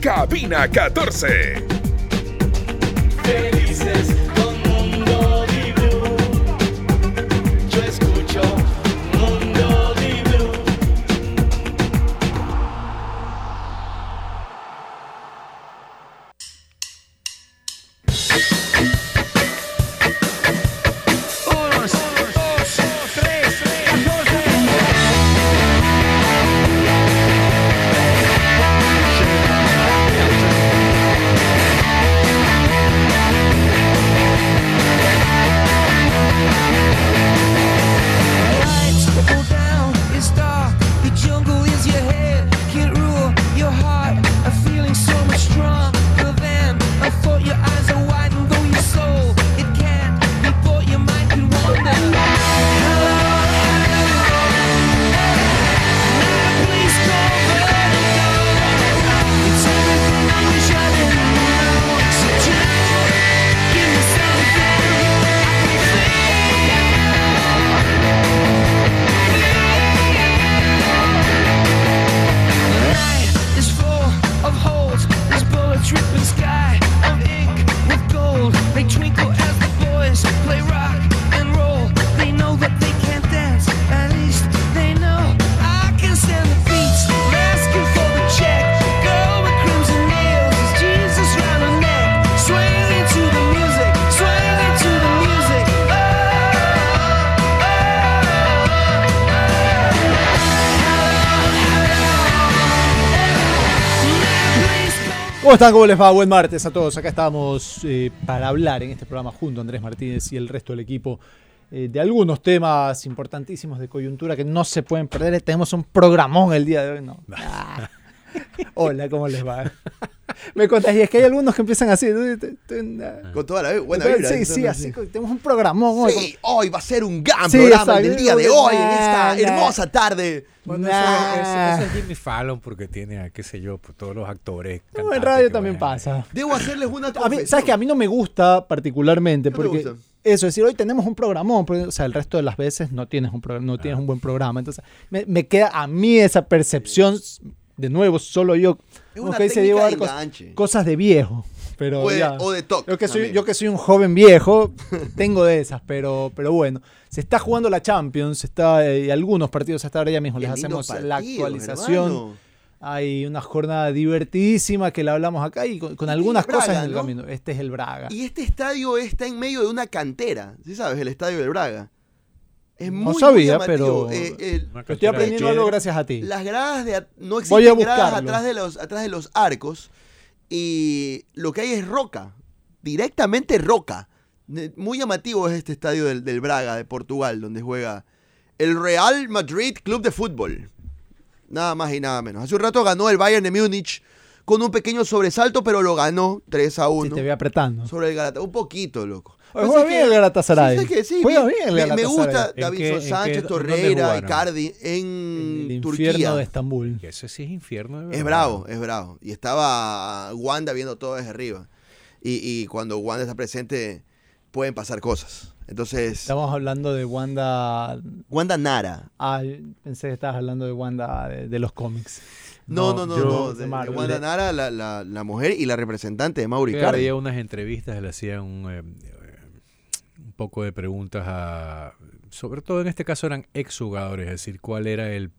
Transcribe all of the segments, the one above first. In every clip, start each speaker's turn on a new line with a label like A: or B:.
A: Cabina 14.
B: Felices con Mundo Di Blue. Yo escucho Mundo Di Blue.
C: Lights go down, it's dark. The jungle is your head, can't rule your heart. I'm feeling so much stronger than I thought. Your eyes are wide and go your soul. It can't be bought. Your mind can wander. Hello, now please call vertigo. It's everything I wish I didn't know. So just give me something I can feel. night is full of holes. There's bullets ripping sky. I'm ink with gold. They twinkle as the boys play rock and roll. They know that they can't dance. At least they know I can stand the beats. Asking for the check. Girl with crimson nails is Jesus round her neck. Swing into the music. Swing into the music. Oh, oh,
D: ¿Cómo están? ¿Cómo les va? Buen martes a todos. Acá estamos eh, para hablar en este programa junto a Andrés Martínez y el resto del equipo eh, de algunos temas importantísimos de coyuntura que no se pueden perder. Tenemos un programón el día de hoy, ¿no? Ah. Hola, ¿cómo les va? Me contagié, es que hay algunos que empiezan así. ¿no? Te- te- na-
E: Con toda la buena
D: Sí,
E: vibra.
D: sí,
E: entonces,
D: sí, así. que Tenemos un programón hoy.
E: Sí, hoy va a ser un gran
D: Sí,
E: programa
D: exacto.
E: del día de hoy, en
D: Nah,
E: esta
D: nah.
E: hermosa tarde.
F: Bueno,
D: Nah.
F: eso, eso- eso es Jimmy Fallon porque tiene, a, qué sé yo, pues, todos los actores.
D: No, en
F: cantantes
D: radio
F: que
D: también
F: vayan.
D: pasa.
E: Debo hacerles una
D: A mí-
E: confesión.
D: ¿Sabes que A mí no me gusta particularmente
E: ¿No te
D: porque
E: gusta?
D: eso, es decir, hoy tenemos un programón, pero, o sea, el resto de las veces no tienes un, programa- no
E: Ah.
D: tienes un buen programa. Entonces, me, me queda a mí esa percepción, de nuevo, solo yo,
E: Es
D: como
E: una
D: que dice
E: técnica
D: Diego
E: de
D: Arcos,
E: enganche.
D: cosas de viejo. Pero
E: O de-
D: ya.
E: o de toc
D: Yo que, soy,
E: también.
D: yo que soy un joven viejo, tengo de esas, pero, pero bueno. Se está jugando la Champions, se está, eh, algunos partidos hasta ahora ya mismo
E: Qué
D: les
E: lindos
D: hacemos la
E: partidos,
D: actualización.
E: hermano.
D: Hay una jornada divertidísima que la hablamos acá y con, con algunas
E: Este Braga,
D: cosas en el
E: ¿no?
D: camino. Este es el Braga.
E: Y este estadio está en medio de una cantera, ¿sí sabes? El estadio del Braga. Es
D: No
E: muy, muy
D: sabía,
E: llamativo.
D: pero-
E: Eh, el-
F: Una
D: Estoy
F: cantera de
D: aprendiendo
F: piedra.
D: algo gracias a ti.
E: las gradas de... at-
D: Voy
E: No
D: a
E: existen gradas
D: buscarlo.
E: atrás de, los, atrás de los arcos. Y lo que hay es roca. Directamente roca. Ne- Muy llamativo es este estadio del, del Braga de Portugal, donde juega el Real Madrid Club de Fútbol. Nada más y nada menos. Hace un rato ganó el Bayern de Múnich con un pequeño sobresalto, pero lo ganó 3 a
D: Si
E: 1
D: te voy apretando.
E: sobre el Galatasaray. Un poquito, loco.
D: Oye, juega
E: Así
D: bien el Galatasaray.
E: Sí, ¿sabes qué? Sí,
D: Juega
E: me-
D: bien el
E: me- Me
D: Galatasaray.
E: gusta
D: ¿En
E: David
F: qué- en qué-
E: Sánchez,
F: dónde
E: Torreira,
F: jugaron?
E: Icardi
D: El
E: en
D: infierno
E: Turquía.
D: de Estambul.
F: Que Eso sí es infierno. de
E: Es
F: verdad.
E: bravo, es bravo. Y estaba Wanda viendo todo desde arriba. Y, y cuando Wanda está presente, pueden pasar cosas. Entonces,
D: Estamos hablando de Wanda.
E: Wanda Nara.
D: Ah, pensé que estabas hablando de Wanda de, de los cómics.
E: No, no, no,
D: yo-
E: no.
D: de
E: de- de
D: Marvel.
E: Wanda Nara, la, la- la mujer y la representante de Mauri
F: Claro,
E: Cardi.
F: había unas entrevistas, le hacían un, eh, eh, un poco de preguntas a. Sobre todo en este caso eran exjugadores, es decir, cuál era el,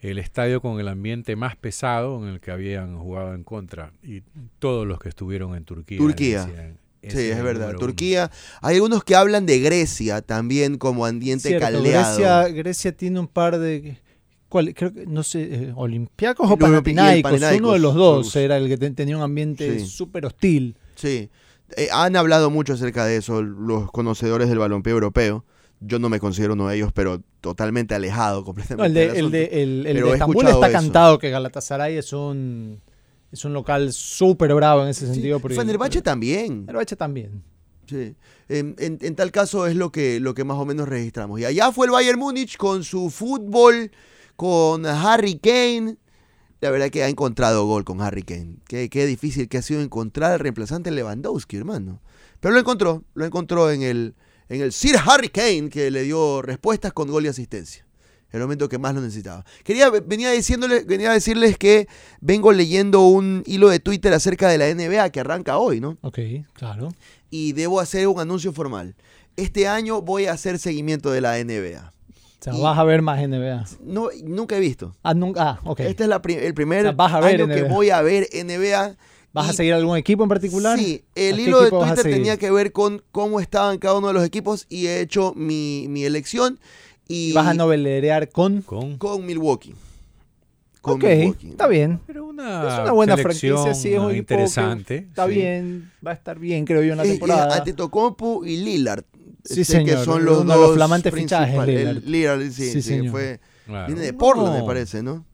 F: el estadio con el ambiente más pesado en el que habían jugado en contra. Y todos los que estuvieron en Turquía.
E: Turquía.
F: decían, ese
E: Sí, es
F: el
E: verdad.
F: número uno.
E: Turquía. Hay algunos que hablan de Grecia también como ambiente
D: Cierto,
E: caldeado.
D: Grecia, Grecia tiene un par de. ¿Cuál? Creo que, no sé, eh, Olimpiacos
E: Y
D: o
E: el
D: Panathinaicos. Uno de
E: Panathinaikos,
D: los dos
E: los-
D: era el que te- tenía un ambiente
E: Sí.
D: súper hostil.
E: Sí. Eh, han hablado mucho acerca de eso los conocedores del balompié europeo. Yo no me considero uno de ellos, pero totalmente alejado completamente.
D: No, el de,
E: del
D: el de-
E: asunto.
D: el- el
E: Pero
D: de
E: he
D: Estambul
E: escuchado
D: está
E: eso.
D: cantado que Galatasaray es un, es un local súper bravo en ese
E: Sí,
D: sentido. porque-
E: Fenerbahce también.
D: Fenerbahce también.
E: Sí. En, en- en tal caso es lo que, lo que más o menos registramos. Y allá fue el Bayern Múnich con su fútbol, con Harry Kane. La verdad que ha encontrado gol con Harry Kane. Qué, qué difícil que ha sido encontrar al reemplazante Lewandowski, hermano. Pero lo encontró, lo encontró en el, en el Sir Harry Kane, que le dio respuestas con gol y asistencia. el momento que más lo necesitaba. Quería, venía, diciéndole, venía a decirles que vengo leyendo un hilo de Twitter acerca de la NBA que arranca hoy, ¿no?
D: Ok, claro.
E: Y debo hacer un anuncio formal. Este año voy a hacer seguimiento de la NBA.
D: O sea,
E: Y-
D: vas a ver más NBA.
E: No, nunca he visto.
D: Ah, nunca, ah ok.
E: Este es la pri- el primer
D: O sea, vas a ver
E: año que
D: NBA.
E: voy a ver NBA.
D: ¿Vas a
E: y-
D: seguir algún equipo en particular?
E: Sí,
D: ¿A
E: el
D: qué
E: hilo de
D: equipo vas a
E: Twitter
D: seguir?
E: tenía que ver con cómo estaban cada uno de los equipos y he hecho mi, mi elección y,
D: ¿Y vas a novelerear con...?
F: Con
E: con Milwaukee. Con
D: ok,
E: Milwaukee.
D: está bien.
F: pero una,
D: es una buena
F: Ah, selección ah,
D: franquicia, sí, es un equipo que
F: interesante.
D: Está
F: sí.
D: bien, va a estar bien, creo yo, en la
E: Eh, eh,
D: temporada.
E: Antetokounmpo y Lillard.
D: Sí,
E: sé
D: señor,
E: Que son los
D: uno de
E: dos
D: los flamantes
E: principales.
D: fichajes,
E: El
D: Lillard.
E: sí,
D: Sí,
E: sí,
D: señor.
E: fue-
F: Claro.
E: viene de Portland,
F: No,
E: me parece, ¿no?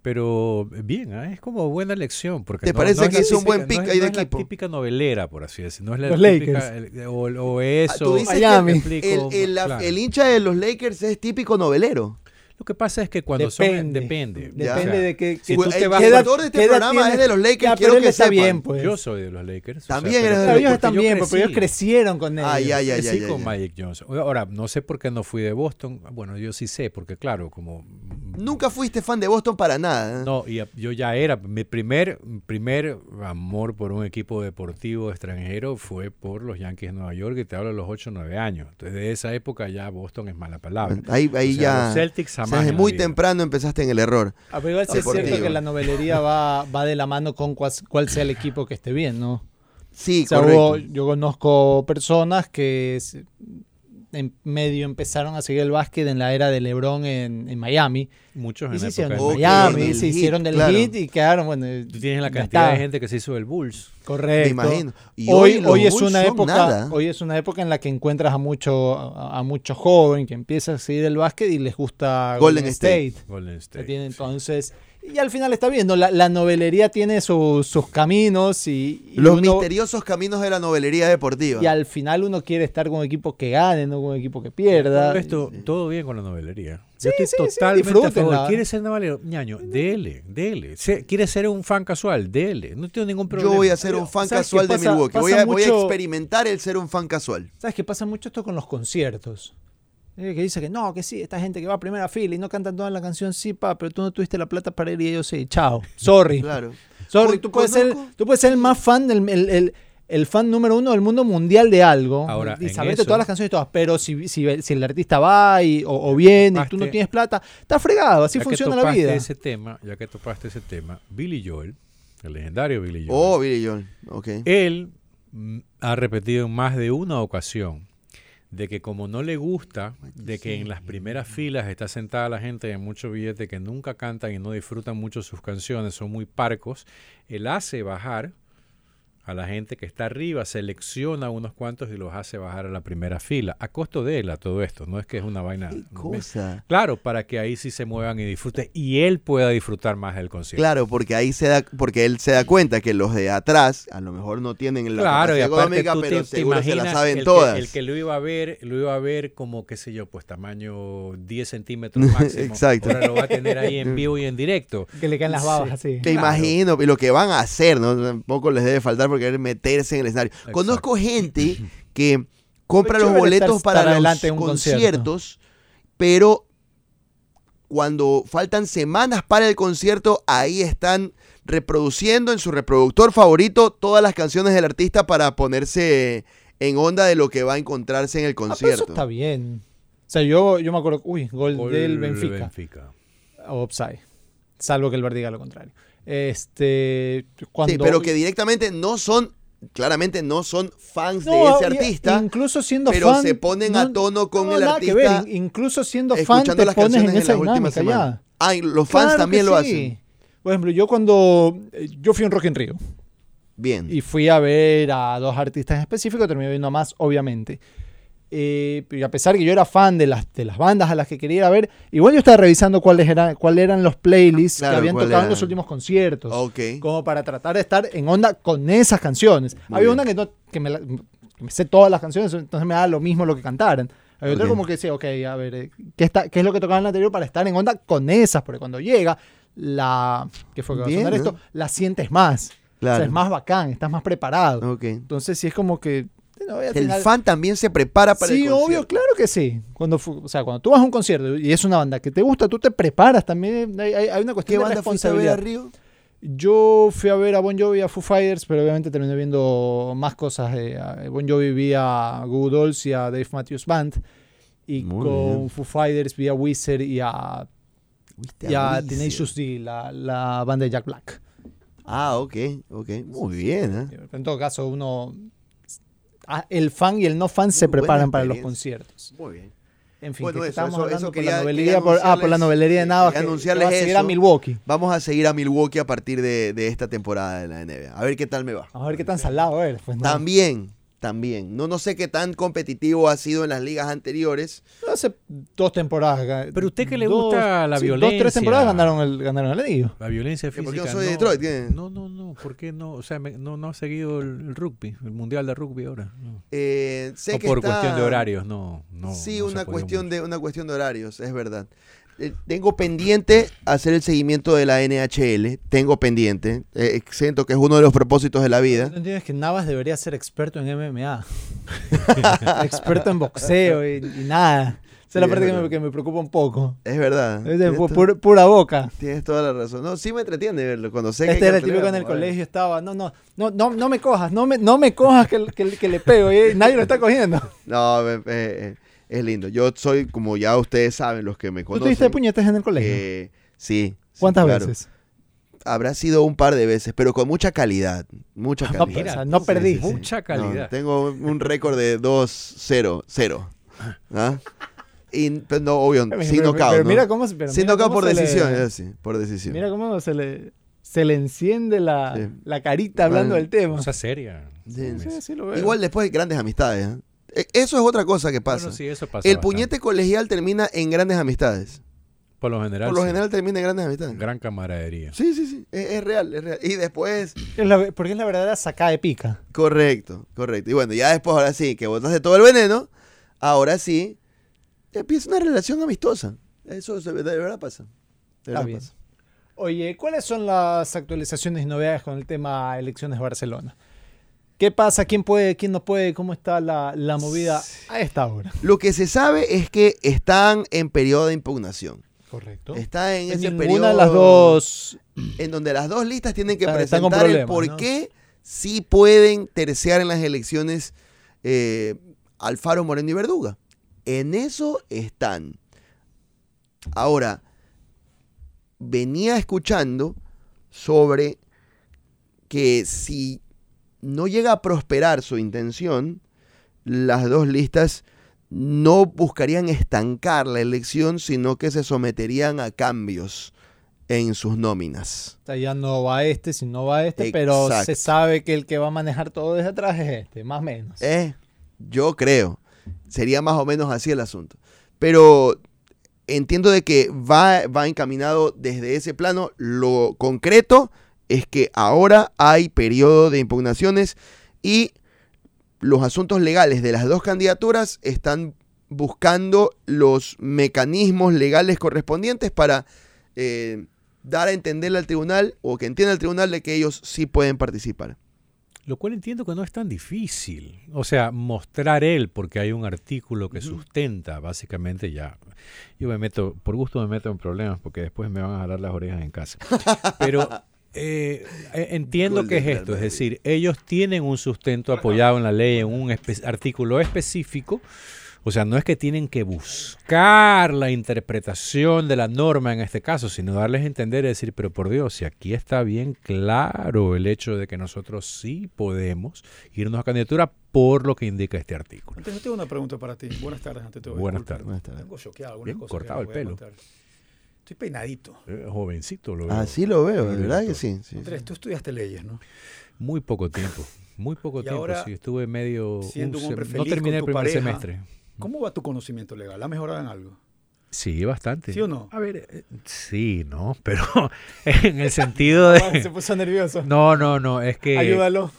F: Pero bien, ¿eh? es como buena elección. Porque
E: ¿Te
F: no-
E: parece
F: no es
E: que
F: la
E: hizo un buen
F: típica- no
E: pick
F: es-
E: ahí
F: no
E: de
F: es la
E: equipo?
F: típica novelera, por así decirlo. No es la
D: Los
F: típica,
D: Lakers.
F: el- eh, o, o
E: Ah,
F: eso.
E: Tú dices que
D: Miami.
E: el-
F: explico,
E: el, el- la-
F: claro.
E: el hincha de los Lakers es típico novelero.
F: Lo que pasa es que cuando son.
D: Depende.
F: Depende.
E: Ya.
D: Depende de que...
F: si
E: Pues,
F: tú te
E: el
F: vas
D: ¿Qué edad-
E: director de
D: qué
E: este
D: edad
E: programa
D: tienes?
E: es de los Lakers.
D: Ya,
E: quiero
D: pero él
E: que
D: está
E: sepan.
D: bien, pues.
F: Yo soy de los Lakers.
E: También eres de
D: Claro,
E: los
D: ellos
E: porque
D: están bien, pero ellos crecieron con él.
E: Ah, ya,
F: Yo
E: ya, ya,
F: crecí
E: ya,
F: con
E: ya.
F: Magic Johnson. Ahora, no sé por qué no fui de Boston. Bueno, yo sí sé, porque claro, como.
E: Nunca fuiste fan de Boston para nada. ¿eh?
F: No, y a- yo ya era. Mi primer, primer amor por un equipo deportivo extranjero fue por los Yankees de Nueva York, y te hablo de los 8 o 9 años. Entonces, de esa época ya Boston es mala palabra.
E: Ahí, ahí
F: O sea,
E: ya.
F: Los Celtics
E: o sea,
F: jamás.
E: desde
F: en la
E: muy
F: vida.
E: temprano empezaste en el error.
D: Ah, pero igual sí es cierto
E: Deportivo.
D: que la novelería va, va de la mano con cuál, cuál sea el equipo que esté bien, ¿no?
E: Sí,
D: O sea,
E: correcto.
D: hubo- yo conozco personas que s- en medio empezaron a seguir el básquet en la era de LeBron en, en Miami.
F: Muchos
D: Y
F: en
D: se
F: la
D: hicieron en
F: época de-
E: Ok,
D: Miami,
E: del
D: se
E: Heat,
D: hicieron del
E: claro.
D: hit y quedaron, bueno.
F: Tú tienes la
D: ya
F: cantidad de
D: está.
F: gente que se hizo del Bulls.
D: Correcto.
E: Me imagino. Y hoy
D: hoy,
E: los
D: hoy es
E: Bulls
D: una
E: son
D: época,
E: nada.
D: hoy es una época en la que encuentras a mucho, a, a mucho joven que empieza a seguir el básquet y les gusta
E: Golden
D: Golden,
E: State.
D: State.
F: Golden
D: Que
F: State.
D: tiene entonces. Y al final está viendo, la, la novelería tiene su- sus caminos y, y
E: Los
D: uno-
E: misteriosos caminos de la novelería deportiva.
D: y al final uno quiere estar con un equipo que gane, no con un equipo que pierda.
F: Todo esto, todo bien con la novelería.
D: Sí,
F: Yo estoy
D: sí, sí,
F: totalmente a
D: disfrútenla.
F: favor. ¿Quieres ser novelero? Ñaño, dele, dele. Se- ¿Quieres ser un fan casual? Dele. No tengo ningún
E: Yo
F: problema.
E: voy a ser un fan
D: ¿Sabes qué
E: casual de
D: pasa?
E: Milwaukee. Voy
D: Pasa
E: a, voy a
D: mucho-
E: experimentar el ser un fan casual.
D: ¿Sabes qué pasa mucho esto con los conciertos? Eh, que dice que no, que sí, esta gente que va a primera fila y no cantan toda la canción, sí, pa, pero tú no tuviste la plata para ir y ellos sí, chao, sorry.
E: Claro.
D: Sorry,
E: Con-
D: tú puedes, ser,
E: conozco-
D: tú puedes ser el más fan, del, el, el- el fan número uno del mundo mundial de algo.
F: Ahora,
D: y
F: en
D: saberte
F: eso-
D: todas las canciones y todas. Pero si, si, si el artista va y, o, o viene y tú no
F: Topaste-
D: tienes plata, está fregado. Así
F: Ya que
D: funciona la
F: topaste
D: vida.
F: Ese tema, ya que topaste ese tema, Billy Joel, el legendario Billy Joel,
E: Oh, Billy Joel. Ok.
D: Eh,
F: él mm, ha repetido en más de una ocasión de que como no le gusta, de que en las primeras filas está sentada la gente de mucho billete que nunca cantan y no disfrutan mucho sus canciones, son muy parcos, él hace bajar a la gente que está arriba, selecciona unos cuantos y los hace bajar a la primera fila, a costo de él a todo esto, no es que es una vaina.
E: Qué cosa.
F: Claro, para que ahí sí se muevan y disfruten y él pueda disfrutar más del concierto.
E: Claro, porque ahí se da, porque él se da cuenta que los de atrás a lo mejor no tienen la
F: Claro, y
E: capacidad
F: aparte
E: económica,
F: tú te,
E: pero
F: te
E: seguro se
F: imaginas
E: la saben
F: el,
E: todas.
F: Que, el que lo iba a ver, lo iba a ver como, qué sé yo, pues tamaño 10 centímetros máximo.
E: Exacto.
F: Ahora lo va a tener ahí en vivo y en directo.
D: Que le caen las babas así.
E: Te
F: Claro.
E: imagino, y lo que van a hacer, ¿no? Tampoco les debe faltar porque querer meterse en el escenario. Conozco gente que compra
D: Muy
E: los
D: chévere
E: boletos
D: estar-
E: para
D: estar
E: los
D: adelante en un
E: conciertos, pero cuando faltan semanas para el concierto, ahí están reproduciendo en su reproductor favorito todas las canciones del artista para ponerse en onda de lo que va a encontrarse en el
D: Ah, pero
E: concierto.
D: eso está bien. O sea, yo, yo me acuerdo, uy, gol,
F: Gol
D: del Benfica. O Upside. Salvo que el Bar diga lo contrario. Este, cuando,
E: Sí, pero que directamente no son, claramente no son fans
D: No,
E: de ese
D: y- eh,
E: artista.
D: Incluso siendo
E: pero
D: fan.
E: se ponen a tono con el
D: nada que
E: artista,
D: ver. Incluso siendo fan,
E: escuchando
D: te
E: las
D: pones
E: canciones
D: en
E: de
D: esa
E: la última
D: dinámica ya.
E: semana. Ah, y los fans
D: Claro que
E: también
D: sí.
E: lo hacen.
D: Por ejemplo, yo cuando eh, yo fui a un Rock en Río
E: Bien.
D: y fui a ver a dos artistas en específico, terminé viendo a más, obviamente. Eh, y a pesar que yo era fan de las, de las bandas a las que quería ir a ver, igual yo estaba revisando cuáles eran, cuáles eran los playlists
E: Claro,
D: que habían
E: cuál
D: tocado
E: era.
D: en los últimos conciertos.
E: ok.
D: Como para tratar de estar en onda con esas canciones.
E: Muy
D: Había
E: bien.
D: una que, no, que me, la- que me sé todas las canciones, entonces me da lo mismo lo que cantaran. Había otra
E: Ok.
D: como que decía, ok, a ver, eh, ¿qué, está, ¿qué es lo que tocaba en la anterior para estar en onda con esas? Porque cuando llega, la. ¿Qué fue que va a
E: Bien,
D: sonar
E: ¿eh?
D: esto? La sientes más. O sea,
E: Claro.
D: es más bacán, estás más preparado.
E: Ok.
D: Entonces, sí es como que no, y al
E: El
D: final-
E: fan también se prepara para
D: sí,
E: el
D: obvio,
E: concierto.
D: claro que sí. Cuando, fu- o sea, cuando tú vas a un concierto y es una banda que te gusta, tú te preparas también. Hay, hay- hay una
E: ¿Qué
D: cuestión de
E: banda fuiste a ver a
D: responsabilidad.
E: Río?
D: Yo fui a ver a Bon Jovi, a Foo Fighters, pero obviamente terminé viendo más cosas. eh, a bon Jovi vi a Goo Goo Dolls y a Dave Matthews Band. Y
E: Muy
D: con
E: bien.
D: Foo Fighters vi a Wizard y a,
E: Fuiste
D: y a
E: Grease.
D: Tenacious
E: eh.
D: D, la, la banda de Jack Black.
E: Ah, ok, ok. Muy bien, ¿eh?
D: En todo caso, uno... ah, El fan y el no fan se
E: Muy buena
D: preparan para los
E: experiencia.
D: conciertos.
E: Muy bien.
D: En fin,
E: Bueno,
D: que
E: eso,
D: estábamos
E: eso-
D: hablando
E: eso
D: por
E: quería-
D: la
E: quería
D: novelería por- ah, por la
E: anunciarles-
D: novelería de Navas
E: quería
D: que, que va
E: anunciarles
D: a seguir a
E: eso.
D: Milwaukee.
E: Vamos a seguir a Milwaukee a partir de, de esta temporada de la NBA. A ver qué tal me va.
D: Vamos a ver qué tan salado eres. Pues, ¿no?
E: También, también. No, no sé qué tan competitivo ha sido en las ligas anteriores.
D: Hace dos temporadas. ga-
F: Pero usted que le
D: dos-
F: gusta la
D: Dos, tres
F: violencia.
D: temporadas ganaron el, ganaron el anillo.
F: La violencia
E: ¿Que
F: física.
E: por qué no soy de Detroit? ¿Qué?
F: No, no, no. ¿Por qué no? O sea, me- no, no ha seguido el, el rugby, el mundial de rugby ahora. No,
E: Eh, sé
F: No
E: que
F: por
E: está-
F: cuestión de horarios, no. no
E: sí,
F: no se ha
E: una,
F: podido
E: cuestión
F: mucho.
E: de, una cuestión de horarios, es verdad. Eh, tengo pendiente hacer el seguimiento de la NHL. Tengo pendiente. Eh, siento que es uno de los propósitos de la vida.
D: No entiendes que Navas debería ser experto en MMA. experto en boxeo y, y nada. Esa es la
E: Sí,
D: parte que
E: es
D: me,
E: verdad.
D: que me preocupa un poco.
E: Es verdad.
D: Es de
E: Tienes
D: pu-
E: to-
D: pur- pura boca.
E: Tienes toda la razón. No, sí me entretiene verlo. Cuando sé que hay
D: Este era el
E: cartelera,
D: típico en el
E: vamos a ver.
D: colegio estaba. No, no, no, no, no me cojas, no me, no me cojas que, que- que le pego. Y nadie lo está cogiendo.
E: No, me- eh, eh, es lindo. Yo soy, como ya ustedes saben, los que me
D: ¿Tú
E: conocen.
D: tuviste puñetes en el colegio?
E: eh, sí. sí,
D: ¿Cuántas
E: claro.
D: veces?
E: Habrá sido un par de veces, pero con mucha calidad. Mucha
F: Ah,
D: No,
E: calidad.
D: o sea, no perdí.
E: sí, sí.
F: Mucha
E: No,
F: calidad.
E: tengo un un récord de 2-0-0. ¿ah? Y, pero no, obvio,
D: Pero-
E: sin
D: pero-
E: knockout.
D: pero
E: ¿no?
D: mira cómo se- pero
E: sin
D: mira
E: knockout
D: cómo
E: por
D: se le-
E: decisión, es así, por decisión.
D: Mira cómo se le, se le enciende la,
E: Sí.
D: la carita hablando
E: Bueno,
D: del tema.
F: Cosa seria.
E: Sí,
F: No,
D: Sí, sí, lo veo.
E: Igual después grandes amistades. ¿ah? E- Eso es otra cosa que pasa.
F: Bueno, sí, eso pasa
E: El
F: bastante.
E: puñete colegial termina en grandes amistades.
F: Por lo general.
E: Por lo
F: sí.
E: general termina en grandes amistades.
F: Gran camaradería.
E: Sí, sí, sí. Es, es real, es real. Y después.
D: Es la- porque es la verdadera sacada de pica.
E: Correcto, correcto. Y bueno, ya después, ahora sí, que botaste todo el veneno. Ahora sí, empieza una relación amistosa. Eso se- de verdad pasa. De
D: Está
E: verdad
D: bien.
E: pasa.
D: Oye, ¿cuáles son las actualizaciones y novedades con el tema elecciones Barcelona? ¿Qué pasa? ¿Quién puede? ¿Quién no puede? ¿Cómo está la, la movida a esta hora?
E: Lo que se sabe es que están en periodo de impugnación.
D: Correcto.
E: Está en
F: este
E: ese
D: Ninguna
E: periodo
D: de las dos.
E: en donde las dos listas tienen que
D: Están- están con
E: presentar el
D: problemas,
E: por
D: ¿no?
E: qué sí pueden terciar en las elecciones eh, Alfaro Moreno y Verduga. En eso están. Ahora, venía escuchando sobre que si no llega a prosperar su intención, las dos listas no buscarían estancar la elección, sino que se someterían a cambios en sus nóminas.
D: O sea, ya no va este, si no va este, pero se
E: Exacto.
D: sabe que el que va a manejar todo desde atrás es este, más o menos.
E: Eh, yo creo. Sería más o menos así el asunto. Pero entiendo de que va, va encaminado desde ese plano. Lo concreto es que ahora hay periodo de impugnaciones y los asuntos legales de las dos candidaturas están buscando los mecanismos legales correspondientes para eh, dar a entenderle al tribunal o que entienda el tribunal de que ellos sí pueden participar.
F: Lo cual entiendo que no es tan difícil. O sea, mostrar él, porque hay un artículo que sustenta, básicamente ya. Yo me meto, por gusto me meto en problemas, porque después me van a jalar las orejas en casa. Pero eh, eh, entiendo
E: Gol
F: que es
E: del
F: esto. Es
E: Real
F: decir, ellos tienen un sustento apoyado en la ley, en un espe- artículo específico. O sea, no es que tienen que buscar la interpretación de la norma en este caso, sino darles a entender y decir, pero por Dios, si aquí está bien claro el hecho de que nosotros sí podemos irnos a candidatura por lo que indica este artículo.
G: Antes yo tengo una pregunta para ti. Buenas tardes, ante todo.
F: Buenas
G: disculpa.
F: tardes.
E: Buenas tardes.
G: Tengo choqueado algunas
F: Bien
G: cosas. que
F: cortado
G: les
F: el
G: voy a
F: pelo.
G: contar. Estoy peinadito.
F: Eh, jovencito lo veo.
E: Así lo veo, de
F: Señor
E: verdad que
F: director.
E: sí. sí, sí.
G: Andrés, tú estudiaste leyes, ¿no?
F: Muy poco tiempo. Muy poco
G: Y
F: tiempo.
G: ahora,
F: sí, estuve medio... un
G: siendo un hombre
F: sem- Uh, no
G: feliz
F: terminé el
G: con tu
F: primer
G: pareja,
F: semestre.
G: ¿Cómo va tu conocimiento legal? ¿Ha mejorado en algo?
F: Sí, bastante.
G: ¿Sí o no?
F: A ver, eh, sí, no, pero en el sentido de...
D: Se puso nervioso.
F: No, no, no, es que...
D: Ayúdalo.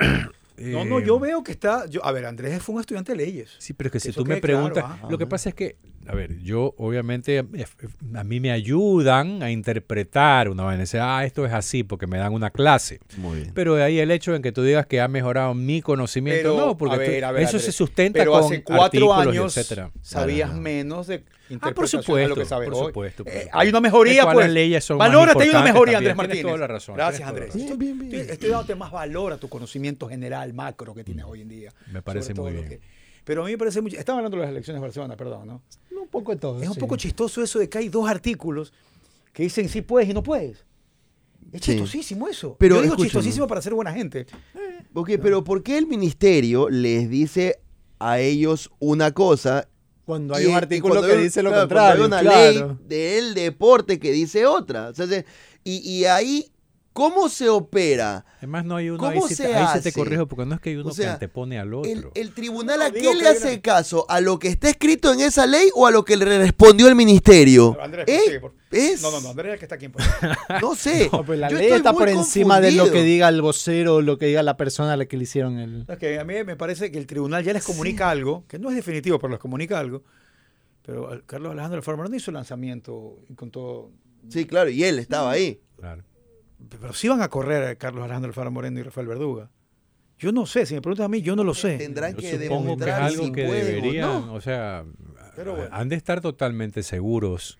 G: No, no,
F: eh,
G: yo veo que está. Yo, a ver, Andrés fue un estudiante de leyes.
F: Sí, pero es que si
G: Eso
F: tú me
G: quede claro,
F: preguntas,
G: ah.
F: lo que pasa es que, a ver, yo obviamente, eh, a mí me ayudan a interpretar una vaina, decir, ah, esto es así, porque me dan una clase.
E: Muy bien.
F: Pero de ahí el hecho en que tú digas que ha mejorado mi conocimiento,
G: Pero,
F: no, porque
G: a
F: tú-
G: ver, a ver,
F: eso
G: Andrés,
F: se sustenta
G: pero
F: con
G: hace cuatro
F: artículos, y
G: años
F: etcétera.
G: sabías
E: Claro, no.
G: menos de
F: Ah, por
G: interpretación de
F: supuesto,
G: lo que sabes
F: por
G: hoy.
F: supuesto. por
G: Eh,
F: supuesto.
G: hay una mejoría,
F: ¿Cuál
G: pues.
F: las leyes son más
G: Valórate, hay una
F: importantes
G: mejoría,
F: también?
G: Andrés Martínez.
F: Tienes toda la razón,
G: Gracias,
F: tienes toda la
G: Andrés. Estoy, estoy- estoy dándote más valor a tu conocimiento general, macro que tienes hoy en día.
F: Me parece
G: sobre todo
F: muy
G: lo
F: bien.
G: que- pero a mí me parece mucho. Estaba hablando de las elecciones de Barcelona, perdón, ¿no?
D: Un poco de todo.
G: Es un
D: sí.
G: poco chistoso eso de que hay dos artículos que dicen sí puedes y no puedes. Es
E: Sí.
G: chistosísimo eso.
E: Pero
G: Yo digo
E: escúchame.
G: chistosísimo para ser buena gente.
E: Ok, pero ¿por qué el ministerio les dice a ellos una cosa?
D: Cuando hay
E: y-
D: un
E: y
D: artículo
E: cuando
D: que
E: hay-
D: dice lo
E: claro,
D: contrario.
E: Cuando hay una
D: claro.
E: ley del deporte que dice otra. O sea, se- y, y ahí, ¿cómo se opera?
F: Además, no hay uno.
E: ¿Cómo
F: ahí sí te-
E: se
F: ahí sí
E: hace?
F: te corrijo, porque no es que hay uno
E: sea,
F: que antepone al otro.
E: El, el tribunal a
G: No, digo
E: qué
G: que
E: le
G: hay
E: hace
G: una-
E: caso? ¿A lo que está escrito en esa ley o a lo que le respondió el ministerio?
G: Pero, Andrés,
E: ¿Eh?
G: sigue, por-
E: Es-
G: No, no, no, Andrés es el que está aquí. en
E: no sé.
D: No, pues la
E: Yo
D: ley
E: estoy
D: está
E: muy
D: por encima de lo que
E: confundido.
D: diga el vocero o lo que diga la persona a la que le hicieron el.
G: Es que a mí me parece que el tribunal ya les comunica algo, que no es definitivo, pero les comunica algo. Pero al- Carlos Alejandro Alfaro no hizo lanzamiento y con todo.
E: Sí, claro, y él estaba ahí.
F: Claro.
G: Pero sí van a correr a Carlos Alejandro Alfaro Moreno y Rafael Verduga. Yo no sé, si me preguntas a mí, yo no lo sé.
E: Tendrán
F: Yo
E: que
F: supongo que es
E: demostrar
F: algo
E: si
F: que
E: pueden o
F: deberían,
E: no.
F: o sea,
G: Pero
F: a-
G: bueno.
F: han de estar totalmente seguros,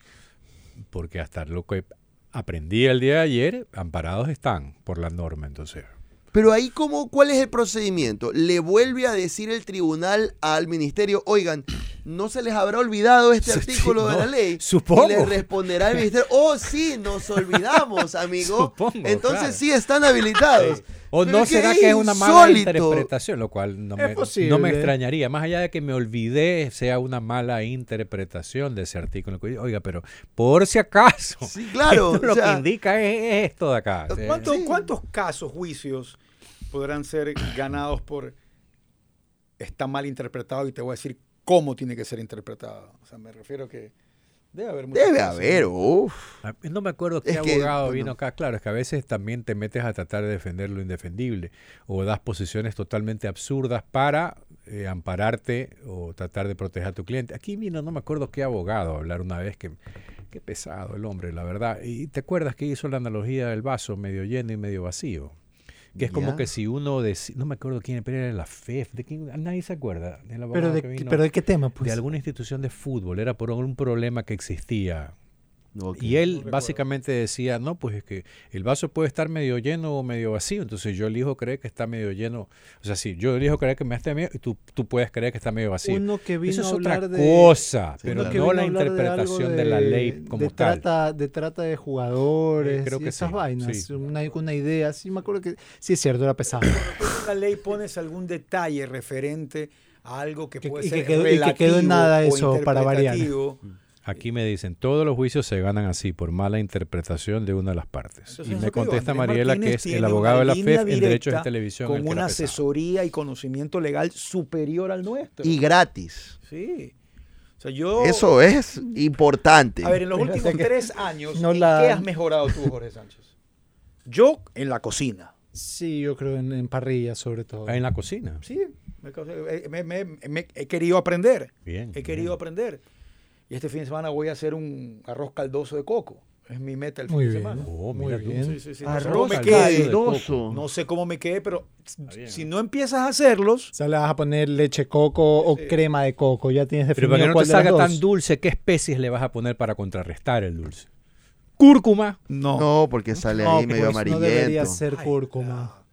F: porque hasta lo que aprendí el día de ayer, amparados están por la norma, entonces.
E: Pero ahí, como, ¿cuál es el procedimiento? ¿Le vuelve a decir el tribunal al ministerio, oigan, no se les habrá olvidado este
F: Sí,
E: artículo de
F: no,
E: la ley?
F: supongo.
E: Y le responderá el ministerio, oh, sí, nos olvidamos, amigo.
F: Supongo,
E: Entonces
F: claro.
E: sí están habilitados.
F: O
E: Pero
F: no será que es una mala
E: insólito.
F: interpretación, lo cual no
D: Es
F: me,
D: posible.
F: no me extrañaría. Más allá de que me olvidé, sea una mala interpretación de ese artículo. Oiga, pero por si acaso,
E: Sí, claro.
F: esto lo
E: o sea,
F: que indica es esto de acá.
E: ¿cuánto
G: ¿Cuánto-
E: Sí.
G: ¿Cuántos casos, juicios podrán ser ganados por está mal interpretado? Y te voy a decir cómo tiene que ser interpretado. O sea, me refiero que debe haber muchos
E: Debe
G: casos,
E: haber,
G: ¿no?
E: uff.
F: A- Ah, No me acuerdo qué
E: Es que,
F: abogado
E: bueno.
F: vino acá. Claro, es que a veces también te metes a tratar de defender lo indefendible o das posiciones totalmente absurdas para eh, ampararte o tratar de proteger a tu cliente. Aquí vino, no me acuerdo qué abogado a hablar una vez que qué pesado el hombre, la verdad. Y te acuerdas que hizo la analogía del vaso medio lleno y medio vacío. Que es como
E: Ya.
F: que si uno de no me acuerdo quién pero era la FEF, de quién nadie se acuerda del abogado
D: Pero de,
F: que
D: qué-
F: vino
D: pero de qué tema, pues.
F: de alguna institución de fútbol, era por un problema que existía.
E: Ok.
F: Y él básicamente decía, no, pues es que el vaso puede estar medio lleno o medio vacío, entonces yo elijo creer que está medio lleno. O sea, sí, yo elijo creer que me está medio y tú, tú puedes creer que está medio vacío.
D: Uno que vino
F: Eso es
D: a
F: otra
D: hablar de.
F: cosa,
E: Sí,
F: pero
E: uno que
F: no
D: vino
F: la
D: a hablar de
F: interpretación
D: algo
F: de, la ley como
D: de
F: tal.
D: Trata, de trata de jugadores,
F: Eh, creo
D: y
F: que
D: esas
F: sí,
D: vainas.
F: sí.
D: Una, una idea, sí, me acuerdo que. Sí, es cierto, era pesado.
G: en la ley pones algún detalle referente a algo que
D: Que-
G: puede
D: y que
G: ser
D: quedó- y que
G: relativo
D: quedó en nada
G: o
D: eso para variar.
G: interpretativo.
F: Aquí me dicen, todos los juicios se ganan así, por mala interpretación de una de las partes.
G: Entonces,
F: y
G: eso
F: me
G: te digo,
F: contesta
G: Andrés
F: Mariela,
G: Martínez
F: que es el
G: tiene
F: abogado de la
G: una
F: FEF
G: línea
F: en Derechos de
G: directa
F: Televisión. el
G: con
F: que era
G: una
F: pesado.
G: asesoría y conocimiento legal superior al nuestro.
E: Y gratis.
G: sí. O sea, yo
E: Eso es importante.
G: A ver, en los
D: Pero
G: últimos
D: sé que
G: tres años,
D: no
G: ¿en
D: la-
G: ¿qué has mejorado tú, Jorge Sánchez? Yo en la cocina.
D: Sí, yo creo en, en parrilla, sobre todo.
F: Ah, En la cocina.
G: Sí, me causé- eh, me- me- me- he querido aprender.
F: Bien.
G: He querido
F: bien.
G: aprender. Y este fin de semana voy a hacer un arroz caldoso de coco. Es mi meta el fin
D: Muy
G: de
D: bien.
G: semana.
F: Oh,
D: Muy
F: mira tú.
D: bien.
G: Sí, sí, sí. No sé cómo
E: Arroz
G: me
F: al
G: quede.
F: caldo.
E: caldoso.
G: No sé cómo me quede, pero
F: bien.
G: si no empiezas a hacerlos,
D: O sea, le vas a poner leche coco o crema de coco. Ya tienes
F: Pero
D: definido
F: para que no te
D: cuál de las
F: salga
D: dos.
F: tan dulce, ¿qué especies le vas a poner para contrarrestar el dulce? Cúrcuma.
G: no.
E: No, porque sale
D: No,
E: ahí medio
D: pues no debería
E: amarillento.
D: ser
G: Ay,
D: cúrcuma.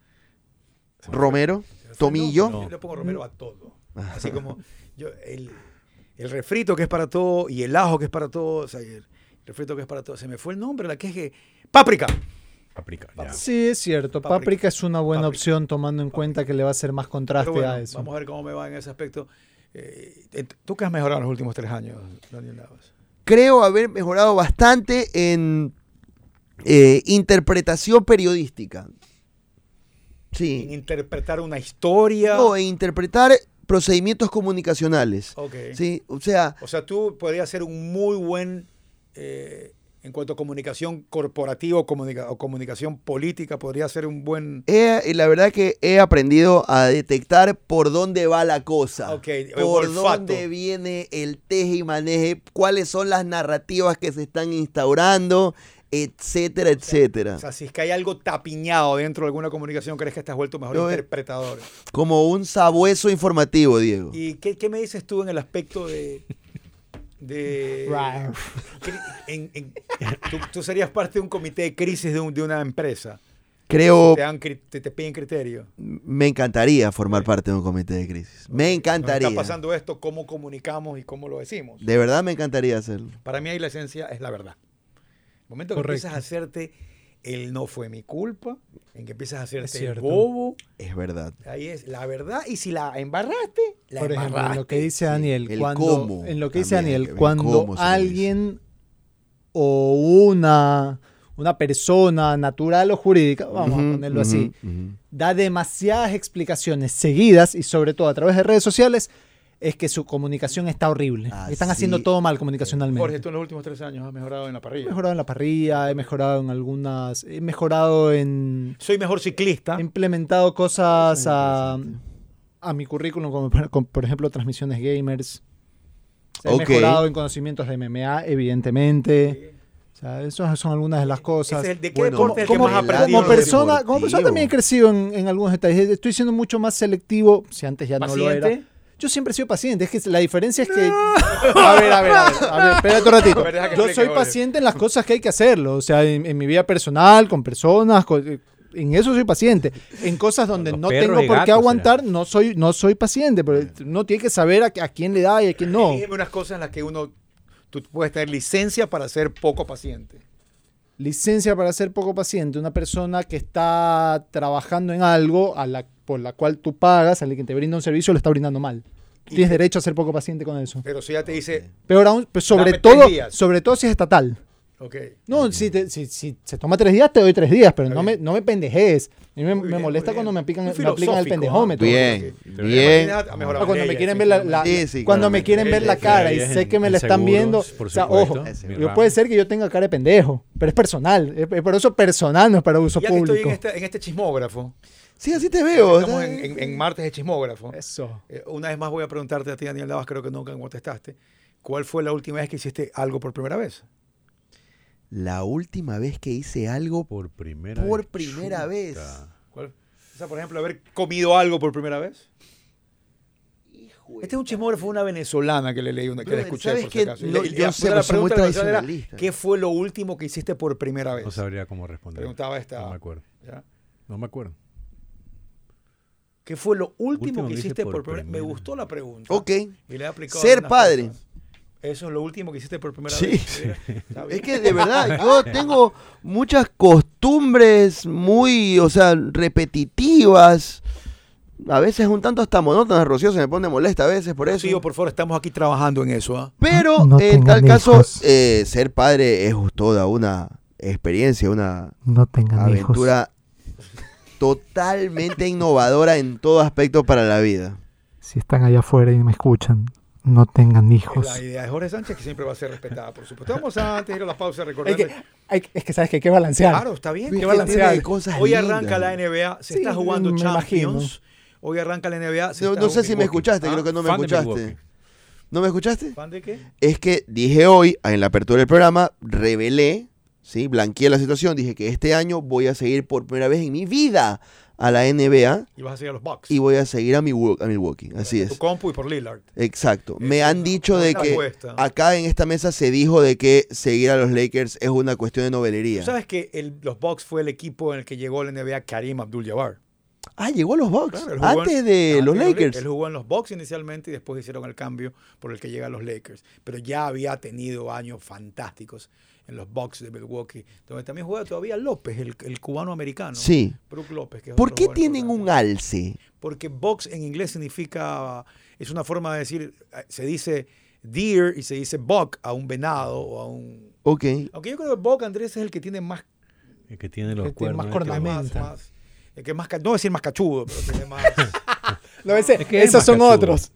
E: Romero, tomillo.
G: No, yo le pongo romero a todo. Así como yo, el, el refrito que es para todo y el ajo que es para todo. o sea, el refrito que es para todo. Se me fue el nombre, la que es que. ¡Páprica!
F: Paprika. ya.
D: Sí, es cierto.
G: Páprica.
D: Páprica, es una buena
G: Páprica.
D: opción tomando en cuenta que le va a hacer más contraste
G: Pero bueno,
D: a eso.
G: Vamos a ver cómo me va en ese aspecto. Eh, ent- ¿Tú qué has mejorado en los últimos tres años, Daniel Navas?
E: Creo haber mejorado bastante en eh, interpretación periodística.
G: En
E: Sí.
G: interpretar una historia.
E: No, en interpretar procedimientos comunicacionales.
G: Ok.
E: Sí, o sea,
G: O sea, tú podrías ser un muy buen eh, en cuanto a comunicación corporativa o, comunica- o comunicación política, podría ser un buen...
E: He- y la verdad que he aprendido a detectar por dónde va la cosa.
G: Ok, el
E: por
G: olfato.
E: dónde viene el teje y maneje, cuáles son las narrativas que se están instaurando, etcétera, etcétera.
G: O sea, si es que hay algo tapiñado dentro de alguna comunicación, crees que estás vuelto mejor
E: Yo-
G: interpretador.
E: Como un sabueso informativo, Diego.
G: ¿Y qué, qué me dices tú en el aspecto de... de cri- en- en- tú, tú serías parte de un comité de crisis de, un- de una empresa.
E: Creo,
G: Te, dan cri- te, te piden criterio.
E: me encantaría formar parte de un comité de crisis. Me
G: Nos
E: encantaría.
G: está pasando esto, cómo comunicamos y cómo lo decimos.
E: De verdad me encantaría hacerlo.
G: Para mí ahí la esencia es la verdad. El momento que
F: Correcto.
G: empiezas a hacerte el no fue mi culpa, en que empiezas a hacerte el
D: cierto.
G: bobo,
E: Es verdad.
G: ahí es la verdad. Y si la embarraste, la
D: Por ejemplo, en lo que
G: embarraste.
D: dice Daniel,
E: el
D: cuando,
E: cómo
D: en lo que dice
E: también,
D: Daniel,
E: el
D: cuando
E: cómo se lo
D: alguien o una, una persona natural o jurídica, vamos a
E: Ujú,
D: ponerlo
E: ujú,
D: así,
E: ujú.
D: da demasiadas explicaciones seguidas y sobre todo a través de redes sociales, es que su comunicación está horrible. Están
E: Así
D: haciendo todo mal comunicacionalmente.
G: Jorge, tú en los últimos tres años has mejorado en la
D: He
G: parrilla.
D: mejorado en la parrilla, he mejorado en algunas, he mejorado en...
G: Soy mejor ciclista.
D: He implementado cosas a, a mi currículum, como por, con, por ejemplo transmisiones gamers. O sea,
E: Ok.
D: He mejorado en conocimientos de MMA, evidentemente. O sea, esas son algunas de las cosas.
G: Ese es el- ¿De qué
E: Bueno,
G: deporte es el que
E: ¿cómo-
G: más has
E: cómo
G: aprendido?
D: ah, como, persona, como persona
E: deportivo.
D: también he crecido en, en algunos detalles. Estoy siendo mucho más selectivo, si antes ya no lo era.
G: ¿Paciente?
D: Yo siempre he sido paciente, es que la diferencia es que... A ver, a ver, a ver, a ver, espérate un ratito.
G: A ver, deja que
D: Yo
G: explique,
D: soy
G: Jorge.
D: paciente en las cosas que hay que hacerlo, o sea, en, en mi vida personal, con personas, con- en eso soy paciente. En cosas donde
F: Con
D: no
F: los perros
D: tengo
F: y
D: por qué
F: gatos,
D: aguantar, no soy, no soy paciente, pero
G: Mm.
D: uno tiene que saber a, a quién le da y a quién no.
G: Dígame unas cosas en las que uno. Tú puedes tener licencia para ser poco paciente.
D: licencia para ser poco paciente, una persona que está trabajando en algo a la, por la cual tú pagas, alguien que te brinda un servicio, lo está brindando mal. Tienes derecho a ser poco paciente con eso.
G: Pero si ya te dice,
D: Peor aún, pues, sobre
G: Dame tres
D: todo,
G: días.
D: sobre todo si es estatal.
G: ok.
D: No, si, te- si- si se toma tres días, te doy tres días, pero
G: Está
D: no me,
G: bien.
D: no me pendejes. A mí me,
G: Muy
D: me
G: bien,
D: molesta
G: muy bien.
D: cuando me, aplican,
G: Muy
D: me aplican el
G: filosófico, ¿ah?
D: pendejón.
E: Bien,
G: Porque-
E: bien.
G: Imagínate, ha mejorado
D: Ah, cuando me
G: leyes,
D: quieren ver la,
G: sí,
D: la-
E: Sí, sí,
D: cuando me
E: claramente.
D: quieren ver la
F: Sí,
D: cara y
F: sí,
D: sé que me la
F: sí,
D: están
F: seguros,
D: viendo,
F: por
D: o sea,
F: supuesto,
D: ojo,
F: mi
D: yo
F: ramo.
D: puede ser que yo tenga cara de pendejo, pero es personal, es, es por eso personal, no es para uso
G: Ya que estoy
D: público.
G: en este, en este chismógrafo,
E: Sí, así te veo.
G: estamos
E: está-
G: en, en- en martes de chismógrafo.
D: Eso.
G: Eh, Una vez más voy a preguntarte a ti, Daniel Navas, creo que nunca me contestaste. ¿Cuál fue la última vez que hiciste algo por primera vez?
E: La última vez que hice algo
F: Por primera
E: Por
F: vez.
E: primera vez.
G: ¿Cuál? O sea, por ejemplo, haber comido algo por primera vez. Este es un chismógrafo, una venezolana que le leí, una, que
E: Brother,
G: la escuché
E: ¿sabes
G: por
E: qué?
G: si acaso. Y
E: No,
G: la- y
E: yo
G: la-
E: sé,
G: la
E: pues, soy muy
G: pregunta venezolana era,
E: tradicionalista.
G: ¿Qué fue lo último que hiciste por primera vez?
F: No sabría cómo responder.
G: Preguntaba esta.
F: No me acuerdo.
G: ¿ya?
F: No me acuerdo.
G: ¿Qué fue lo último,
F: Último
G: que
F: que hice
G: hiciste por,
F: por
G: primera vez? Me
F: primera.
G: gustó la pregunta.
E: Ok.
G: Y le he aplicado
E: Ser
G: algunas
E: padre.
G: cosas. Eso es lo último que hiciste por primera
E: Sí.
G: vez. Mira, está bien.
E: Es que de verdad, yo tengo muchas costumbres muy, o sea, repetitivas. A veces un tanto hasta monótonas, Rocío se me pone molesta a veces por eso.
G: Rocío, por favor, estamos aquí trabajando en eso. ¿ah?
E: Pero
D: No
E: en
D: tengan
E: tal caso,
D: hijos.
E: eh, ser padre es toda una experiencia, una
D: No tengan
E: aventura totalmente innovadora en todo aspecto para la vida.
D: Si están allá afuera y me escuchan, no tengan
G: Es La idea de Jorge Sánchez que siempre va a ser respetada, por supuesto. Vamos a antes de ir a la pausa
D: Hay
G: recordar.
D: que,
E: ah,
D: hay que- es que sabes que hay que balancear.
G: Claro, está bien.
D: Hay
G: que
D: que
G: va a
D: balancear.
E: de cosas
G: Hoy
E: lindas.
G: arranca la NBA, se
D: Sí,
G: está jugando
D: me
G: Champions. Hoy arranca la NBA. se
E: No,
G: está
E: no sé si me
G: Milwaukee.
E: escuchaste,
G: ¿Ah?
E: creo que no me
F: Fan de
E: escuchaste.
F: Milwaukee.
E: ¿No me escuchaste?
G: ¿Fan de qué?
E: es que dije hoy, en la apertura del programa, revelé, ¿sí? blanqueé la situación, dije que este año voy a seguir por primera vez en mi vida a la NBA
G: Y vas a seguir a los Bucks.
E: y pues. voy a seguir a, mi, Wo- a Milwaukee. Así
G: Tu
E: es.
G: compu y por Lillard.
E: Exacto. Me
G: Es
E: han
G: una
E: dicho de
G: buena
E: que
G: apuesta.
E: acá en esta mesa se dijo de que seguir a los Lakers es una cuestión de novelería.
G: Tú sabes que el- los Bucks fue el equipo en el que llegó a la NBA Karim Abdul-Jabbar.
E: Ah, llegó a los Bucks.
G: Claro, él jugó en-
E: antes de
G: antes
E: los
G: Él
E: Lakers.
G: jugó en los Bucks inicialmente y después hicieron el cambio por el que llega a los Lakers. Pero ya había tenido años fantásticos en los Bucks de Milwaukee, donde también juega todavía López, el, el cubano americano.
E: Sí.
G: Brook López. que es
E: ¿Por
G: otro
E: qué
G: jugador
E: tienen un
G: importante.
E: alce?
G: Porque box en inglés significa, es una forma de decir, eh, se dice deer y se dice buck a un venado o a un...
E: Ok.
G: Aunque yo creo que buck, Andrés, es el que tiene más...
F: El que tiene los
D: Que tiene
F: cuernos.
D: más
F: este,
G: más,
D: cornamenta.
G: más- el que más ca- no voy a decir más cachudo, pero tiene más...
D: No, ese-
F: Es que es
D: esos son
F: Macachudo.
D: otros.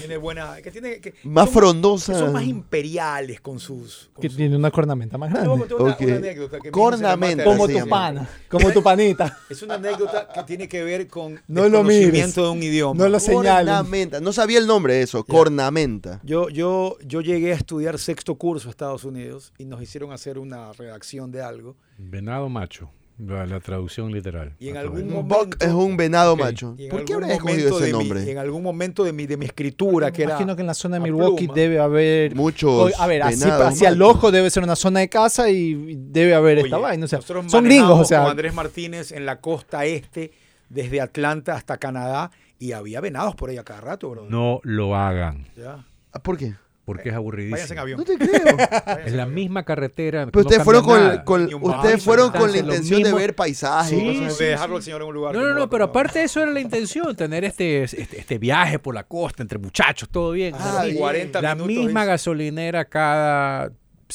G: Tiene buena. Que tiene, que
E: Más
G: son-
E: frondosa.
G: que Son más imperiales con sus. con
D: Que
G: sus-
D: tiene una cornamenta más
G: Te voy a
D: grande.
G: contar una,
E: Ok.
G: una anécdota que me
E: Cornamenta.
G: hizo la
D: Como
G: madre.
E: se
D: tu
E: llama.
D: pana, como tu panita.
G: Es una anécdota que tiene que ver con
D: No
G: el
D: lo mires.
G: conocimiento de un idioma.
D: No lo señalen.
E: Cornamenta. No sabía el nombre de eso. Cornamenta.
G: Yo, yo, yo llegué a estudiar sexto curso a Estados Unidos y nos hicieron hacer una redacción de algo.
F: Venado macho. La, la traducción literal.
G: Y en
F: A
G: algún
F: través.
E: Ah, Un buck
G: momento-
E: es un venado
F: Ok.
E: macho.
G: Y en
E: ¿Por qué
G: algún
E: habrás escogido
G: momento
E: ese
G: de mi-
E: nombre?
G: en algún momento de mi, de mi escritura, que era.
D: Imagino que en la zona de
G: a
D: Milwaukee
G: pluma.
D: debe haber.
E: Muchos
D: Oye, a ver, así,
E: venados
D: hacia el
E: machos.
D: ojo debe ser una zona de casa y y debe haber
G: Oye,
D: esta vaina. O sea,
G: nosotros
D: son gringos, o
G: manejamos
D: sea.
G: Con Andrés Martínez en la costa este, desde Atlanta hasta Canadá, y había venados por ahí a cada rato, bro.
F: No lo hagan.
G: Ya.
E: Ah, ¿Por qué?
F: Porque es
G: Váyanse en
F: aburridísimo.
G: avión.
E: No te creo.
F: Es la misma carretera.
E: Pero
F: no
E: ustedes fueron
F: cambia
E: con,
F: nada.
E: con-
G: Ni un
E: ustedes
G: baño,
E: fueron
G: nada.
E: con la
F: Lo
E: intención de
F: mismo-
E: ver paisajes.
F: Sí,
E: cosas así.
G: de dejarlo al señor en un lugar.
F: No,
G: que
F: no, no,
G: pueda
F: pero
G: controlar.
F: aparte eso era la intención, tener este, este, este viaje por la costa entre muchachos, todo bien.
E: Ah,
F: Lo mismo.
G: 40
F: la
G: minutos
F: misma
G: es-
F: gasolinera cada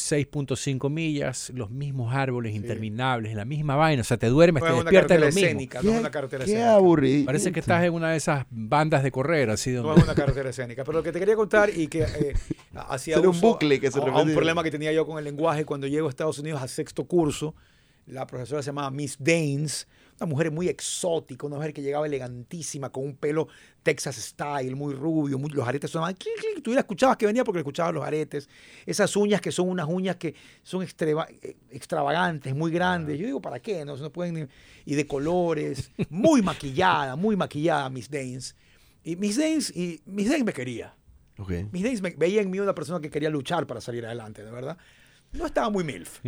F: 6.5 millas, los mismos árboles interminables, la misma vaina, o sea, te duermes,
G: No
F: te
G: es una
F: despiertas
G: carretera
F: lo mismo.
G: escénica, no es una carretera
E: Qué
G: escénica.
E: aburrido.
F: Parece que estás en una de esas bandas de correr, así
G: No
F: donde...
G: es una carretera escénica. Pero lo que te quería contar y que eh, hacía
E: Era un
G: uso
E: bucle que se
G: a- a un
E: repetía.
G: problema que tenía yo con el lenguaje cuando llego a Estados Unidos a sexto curso. La profesora se llamaba Miss Danes, una mujer muy exótica, una mujer que llegaba elegantísima con un pelo Texas style, muy rubio, muy- los aretes sonaban. clic, clic, tú la escuchabas que venía porque le escuchabas los aretes. Esas uñas que son unas uñas que son extreva- eh, extravagantes, muy grandes. Yo digo, ¿para qué? No, no pueden ni- y de colores, muy maquillada, muy maquillada Miss Danes. Y Miss Danes, y Miss Danes me quería.
E: Ok.
G: Miss Danes me- veía en mí una persona que quería luchar para salir adelante, de verdad. No estaba muy MILF,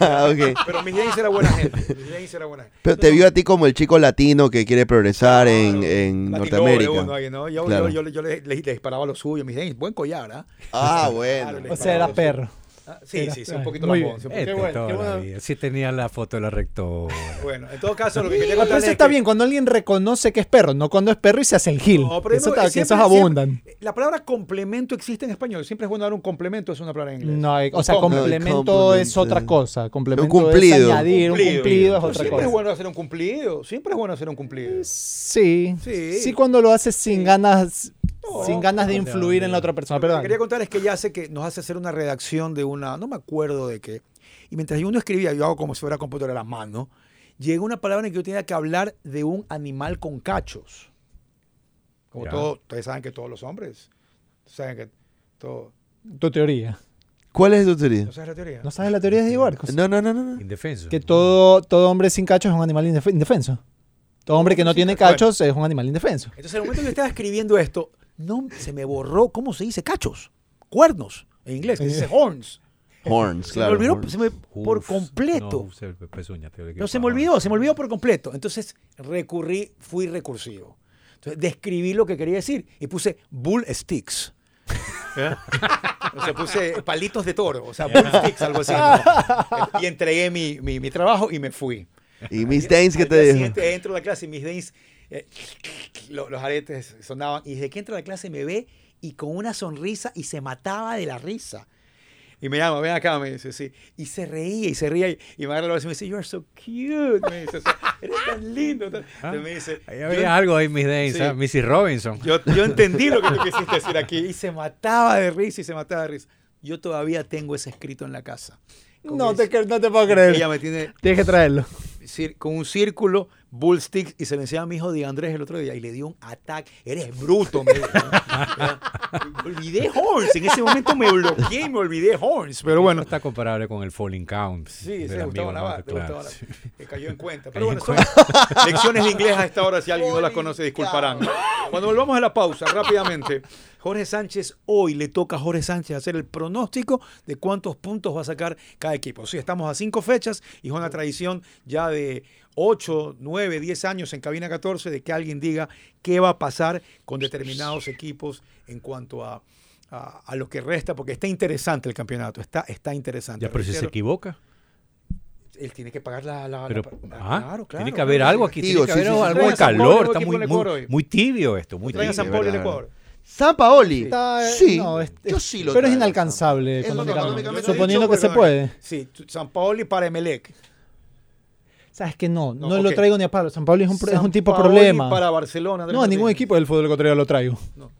E: Ah, ok.
G: pero Miss Danes era buena gente. Miss Danes era buena gente.
E: Pero te vio a ti como el chico latino que quiere progresar en, en
G: Latin
E: Norteamérica.
G: Lover, uno ahí, ¿no? Yo,
E: Claro.
G: yo- yo- yo le, le- le disparaba lo suyo. Miss Danes, buen collar, ¿ah?
E: Ah,
G: Claro,
E: bueno.
G: le-
D: O sea, era perro.
G: Ah, Sí,
D: Era-
G: sí, sí, un poquito
D: Muy
G: lambón,
D: bien.
G: sí, un
F: Este,
G: poquito-
D: bueno,
F: toda
D: qué
F: la
D: bueno.
F: vida. Sí tenía la foto de la rectora.
G: Bueno, en todo caso, lo que quería
D: Pero
G: contar
D: eso está
G: que-
D: bien cuando alguien reconoce que es perro, no cuando es perro y se hace el gil.
G: No, pero
D: eso
G: no, eh,
D: está- que esos
G: siempre- siempre-
D: abundan.
G: La palabra complemento existe en español. Siempre es bueno dar un complemento, es una palabra en inglés.
D: No, hay- o sea,
G: Complemento.
D: complemento es otra cosa. Complemento
E: cumplido.
D: es añadir, un cumplido es
G: Pero
D: otra
G: Siempre es
D: cosa.
G: bueno hacer un cumplido. Siempre es bueno hacer un cumplido.
D: Sí, sí,
G: Sí.
D: cuando lo haces sin ganas,
G: No,
D: sin ganas de
F: ¿dónde,
D: influir
F: dónde?
D: en la otra persona.
G: Lo que te
D: Perdón.
G: quería contar es que ya sé que nos hace hacer una redacción de una, no me acuerdo de qué. Y mientras yo uno escribía, yo hago como si fuera computadora a las manos, llegó una palabra en que yo tenía que hablar de un animal con cachos. Como
F: Ya.
G: todo, ustedes saben que todos los hombres, saben que todo.
D: Tu teoría.
E: ¿Cuál es tu teoría?
G: ¿No sabes la teoría?
D: ¿No sabes la teoría de Diego Arcos?
E: No, no, no, no. no.
F: Indefenso.
D: Que todo, todo hombre sin cachos es un animal indef- indefenso. Todo hombre que no tiene cachos es un animal indefenso.
G: Entonces, en el momento que yo estaba escribiendo esto, no se me borró, ¿cómo se dice? Cachos, cuernos, en inglés, que se dice horns.
E: Horns,
G: Se me
E: claro.
G: olvidó
E: horns.
G: se me- por
F: Uf,
G: completo.
F: no, se- pezuñate, oye, qué
G: No se
F: paja.
G: me olvidó, se me olvidó por completo. Entonces recurrí, fui recursivo. Entonces describí lo que quería decir y puse bull sticks. O sea, puse palitos de toro, o sea, bull sticks, algo así. ¿no? Y entregué mi, mi- mi trabajo y me fui.
E: Y Miss Danes, ¿qué
G: Al
E: te
G: día
E: dijo?
G: siguiente entro a la clase y mis Danes, eh, lo- los aretes sonaban. Y desde que entro a la clase me ve y con una sonrisa y se mataba de la risa. Y me llama, ven acá, me dice, sí. Y se reía y se reía y, y me agarra la brazo y me dice, you are so cute. Me dice, o sea, eres tan lindo. tan-
F: Ah,
G: Entonces me dice,
F: Ahí
G: "Yo
F: había algo ahí, Miss Danes,
G: Sí.
F: ¿ah? Missy Robinson.
G: yo, yo entendí lo que tú quisiste decir aquí. Y se mataba de risa y se mataba de risa. Yo todavía tengo ese escrito en la casa. Con
D: No te,
G: ese-
D: cre- no te puedo
G: Ella
D: creer.
G: me tiene
D: Tienes que traerlo.
G: cir- con un círculo, bull sticks, y se lo enseñaba a mi hijo de Andrés el otro día y le dio un ataque. Eres bruto, me dijo. Me olvidé Horns. En ese momento me bloqueé y me olvidé Horns. Pero
F: No
G: bueno.
F: está comparable con el Falling Count.
G: Sí,
F: del
G: sí, Gustavo
F: amigo
G: Navarro.
F: Claro,
G: Gustavo Navarro.
F: sí.
G: Que cayó en cuenta.
F: Cayó
G: Pero bueno,
F: en
G: son lecciones de inglés a esta hora, si alguien no las conoce, disculparán. Cuando volvamos a la pausa, rápidamente. Jorge Sánchez, hoy le toca a Jorge Sánchez hacer el pronóstico de cuántos puntos va a sacar cada equipo. Sí, estamos a cinco fechas y es una tradición ya de 8, 9, 10 años en Cabina 14 de que alguien diga qué va a pasar con determinados equipos en cuanto a, a- a lo que resta, porque está interesante el campeonato, está, está interesante.
F: Ya, pero si se
G: Reitero,
F: equivoca.
G: él tiene que pagar la. la- la-
F: Pero,
G: la-
F: ah,
G: claro, claro.
F: tiene que haber algo aquí, tiene
E: Digo,
F: que
E: sí,
F: haber
E: sí, sí.
F: algo
G: Traigan
F: de
G: a San Pablo,
F: calor,
G: el
F: está
G: equipo
F: muy,
G: del
F: muy-
G: Ecuador hoy.
F: muy tibio esto, muy
G: Traigan a
F: tibio.
G: San Pablo el
E: ¿verdad?
G: Ecuador.
E: San Paoli.
D: Está-
E: sí.
D: no, este-
E: yo sí lo
D: Pero es
E: traigo.
D: inalcanzable
E: Es lo que
D: económicamente,
E: económicamente
D: Suponiendo que se puede.
G: Sí, San Paolo y para Emelec.
D: sabes que no, no,
G: No,
D: lo
G: ok.
D: traigo ni a palo. San Pablo es un, pro- es
G: San
D: un tipo
G: Paoli
D: problema.
G: para Barcelona. Andrés
D: no, a ningún
G: Martínez.
D: equipo del fútbol ecuatoriano lo traigo.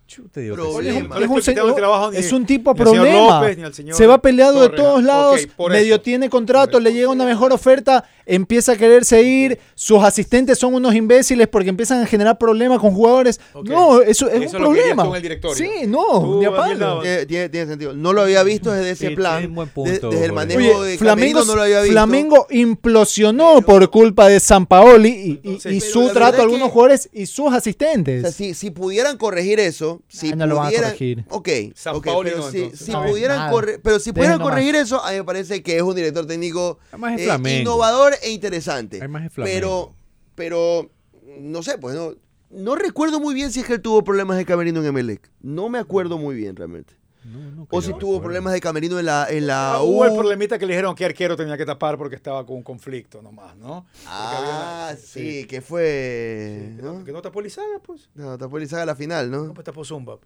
F: Yo te digo que
E: Problema.
F: sí.
D: Es
E: Es un-
G: le
D: un,
G: estoy quitando el
D: se-
G: trabajo ni-
D: es un tipo
G: ni al señor
D: problema.
G: López, ni al señor
D: se va peleado de
G: Torres.
D: todos lados,
G: Ok, por
D: medio
G: eso.
D: tiene contrato,
G: Por
D: le llega una mejor oferta, empieza a quererse ir, sus asistentes son unos imbéciles porque empiezan a generar problemas con jugadores.
G: Ok.
D: No, eso es
G: Eso
D: un
G: lo querías
D: problema.
G: tú en el directorio.
D: sí, no,
G: Tú,
D: ni a
G: Daniel
D: palo.
G: Navas.
E: Tiene, tiene- tiene sentido. No lo había visto desde ese
F: Sí,
E: plan.
F: tiene un buen
E: de-
F: punto,
E: desde el
F: Jorge.
E: manejo
D: Oye,
E: de
D: Flamengo,
E: Camerino no lo había visto.
D: Flamengo implosionó por culpa de San Paoli y- y,
E: Entonces,
D: y
E: pero
D: su
E: la
D: trato
E: verdad
D: a algunos
E: que-
D: jugadores y sus
E: O sea,
D: asistentes.
E: si, si pudieran corregir eso, si
D: Ah, no lo van a
E: pudieran-
D: corregir.
E: Ok,
G: San
E: ok,
G: Paoli
E: pero
G: no,
E: si,
G: entonces.
E: si
D: No, nada.
E: pudieran corre- pero si pudieran
D: Dejen nomás.
E: corregir eso, a mí me parece que es un director técnico
F: Además es
E: eh,
F: Flamengo.
E: innovador e interesante.
F: Además es Flamengo.
E: Pero, pero, no sé, pues no, no recuerdo muy bien si es que él tuvo problemas de camerino en Emelec. No me acuerdo muy bien realmente.
F: No, no, que
E: O
F: yo
E: si
F: recuerde.
D: pues.
E: tuvo problemas de camerino en la, en
G: Ah,
E: la
G: hubo el
E: U.
G: problemita que le dijeron que arquero tenía que tapar porque estaba con un conflicto nomás, ¿no? Porque
E: Ah,
G: había-
E: sí, que fue. ¿no?
G: Que no tapó Lizaga, pues.
E: No, tapó Lizaga la final,
G: No,
E: ¿no?
G: pues tapó Zumba.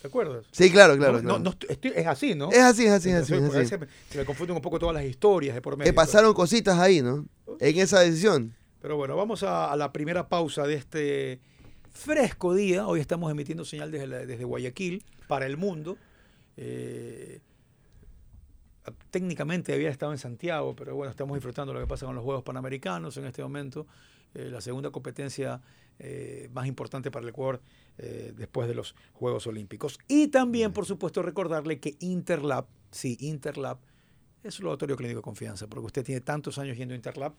G: ¿Te acuerdas?
E: Sí, claro, claro.
G: No, no,
E: claro.
G: no estoy- estoy- es así, ¿no?
E: Es así, es así, es así.
G: Entonces,
E: es
G: pues, porque a
E: así.
G: veces me- se me confunden un poco todas las historias de por medio. pues.
E: Que pasaron cositas ahí, ¿no?
G: Oh.
E: En esa decisión.
G: Pero bueno, vamos a, a la primera pausa de este fresco día. Hoy estamos emitiendo señal desde, la- desde Guayaquil para el mundo. Eh, técnicamente había estado en Santiago, pero bueno, estamos disfrutando lo que pasa con los Juegos Panamericanos en este momento. Eh, la segunda competencia eh, más importante para el Ecuador eh, después de los Juegos Olímpicos. Y también, por supuesto, recordarle que Interlab, sí, Interlab, es un laboratorio clínico de confianza, porque usted tiene tantos años yendo a Interlab,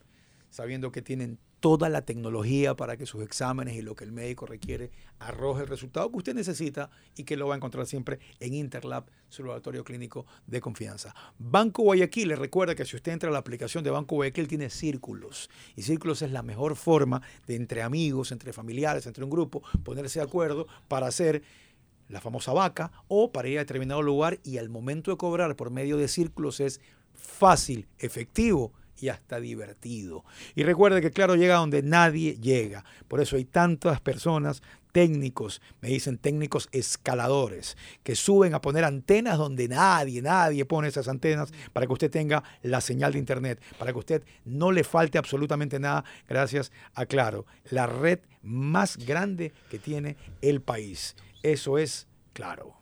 G: sabiendo que tienen toda la tecnología para que sus exámenes y lo que el médico requiere arroje el resultado que usted necesita y que lo va a encontrar siempre en Interlab, su laboratorio clínico de confianza. Banco Guayaquil, le recuerda que si usted entra a la aplicación de Banco Guayaquil tiene círculos y círculos es la mejor forma de entre amigos, entre familiares, entre un grupo, ponerse de acuerdo para hacer la famosa vaca o para ir a determinado lugar y al momento de cobrar por medio de círculos es fácil, efectivo y hasta divertido. Y recuerde que claro llega donde nadie llega. Por eso hay tantas personas, técnicos, me dicen técnicos escaladores, que suben a poner antenas donde nadie, nadie pone esas antenas para que usted tenga la señal de internet, para que usted no le falte absolutamente nada gracias a Claro, la red más grande que tiene el país. Eso es claro.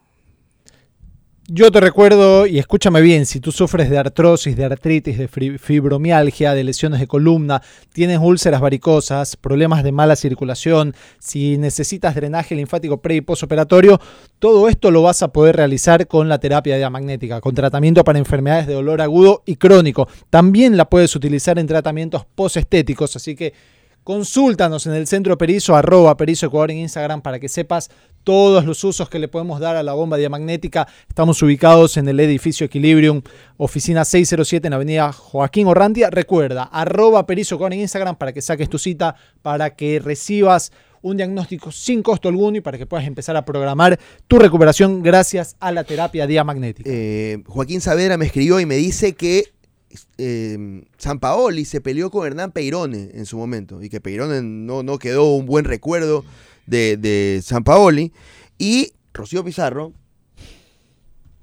D: Yo te recuerdo, y escúchame bien, si tú sufres de artrosis, de artritis, de fri- fibromialgia, de lesiones de columna, tienes úlceras varicosas, problemas de mala circulación, si necesitas drenaje linfático pre y posoperatorio, todo esto lo vas a poder realizar con la terapia diamagnética, con tratamiento para enfermedades de dolor agudo y crónico. También la puedes utilizar en tratamientos posestéticos, así que Consúltanos en el centro Perizo, arroba Perizo Ecuador en Instagram para que sepas todos los usos que le podemos dar a la bomba diamagnética. Estamos ubicados en el edificio Equilibrium, oficina 607 en avenida Joaquín Orrantia. Recuerda, arroba Perizo Ecuador en Instagram para que saques tu cita, para que recibas un diagnóstico sin costo alguno y para que puedas empezar a programar tu recuperación gracias a la terapia diamagnética.
E: Eh, Joaquín Saavedra me escribió y me dice que eh, San Paoli se peleó con Hernán Peirone en su momento y que Peirone no, no quedó un buen recuerdo de, de San Paoli. Y Rocío Pizarro,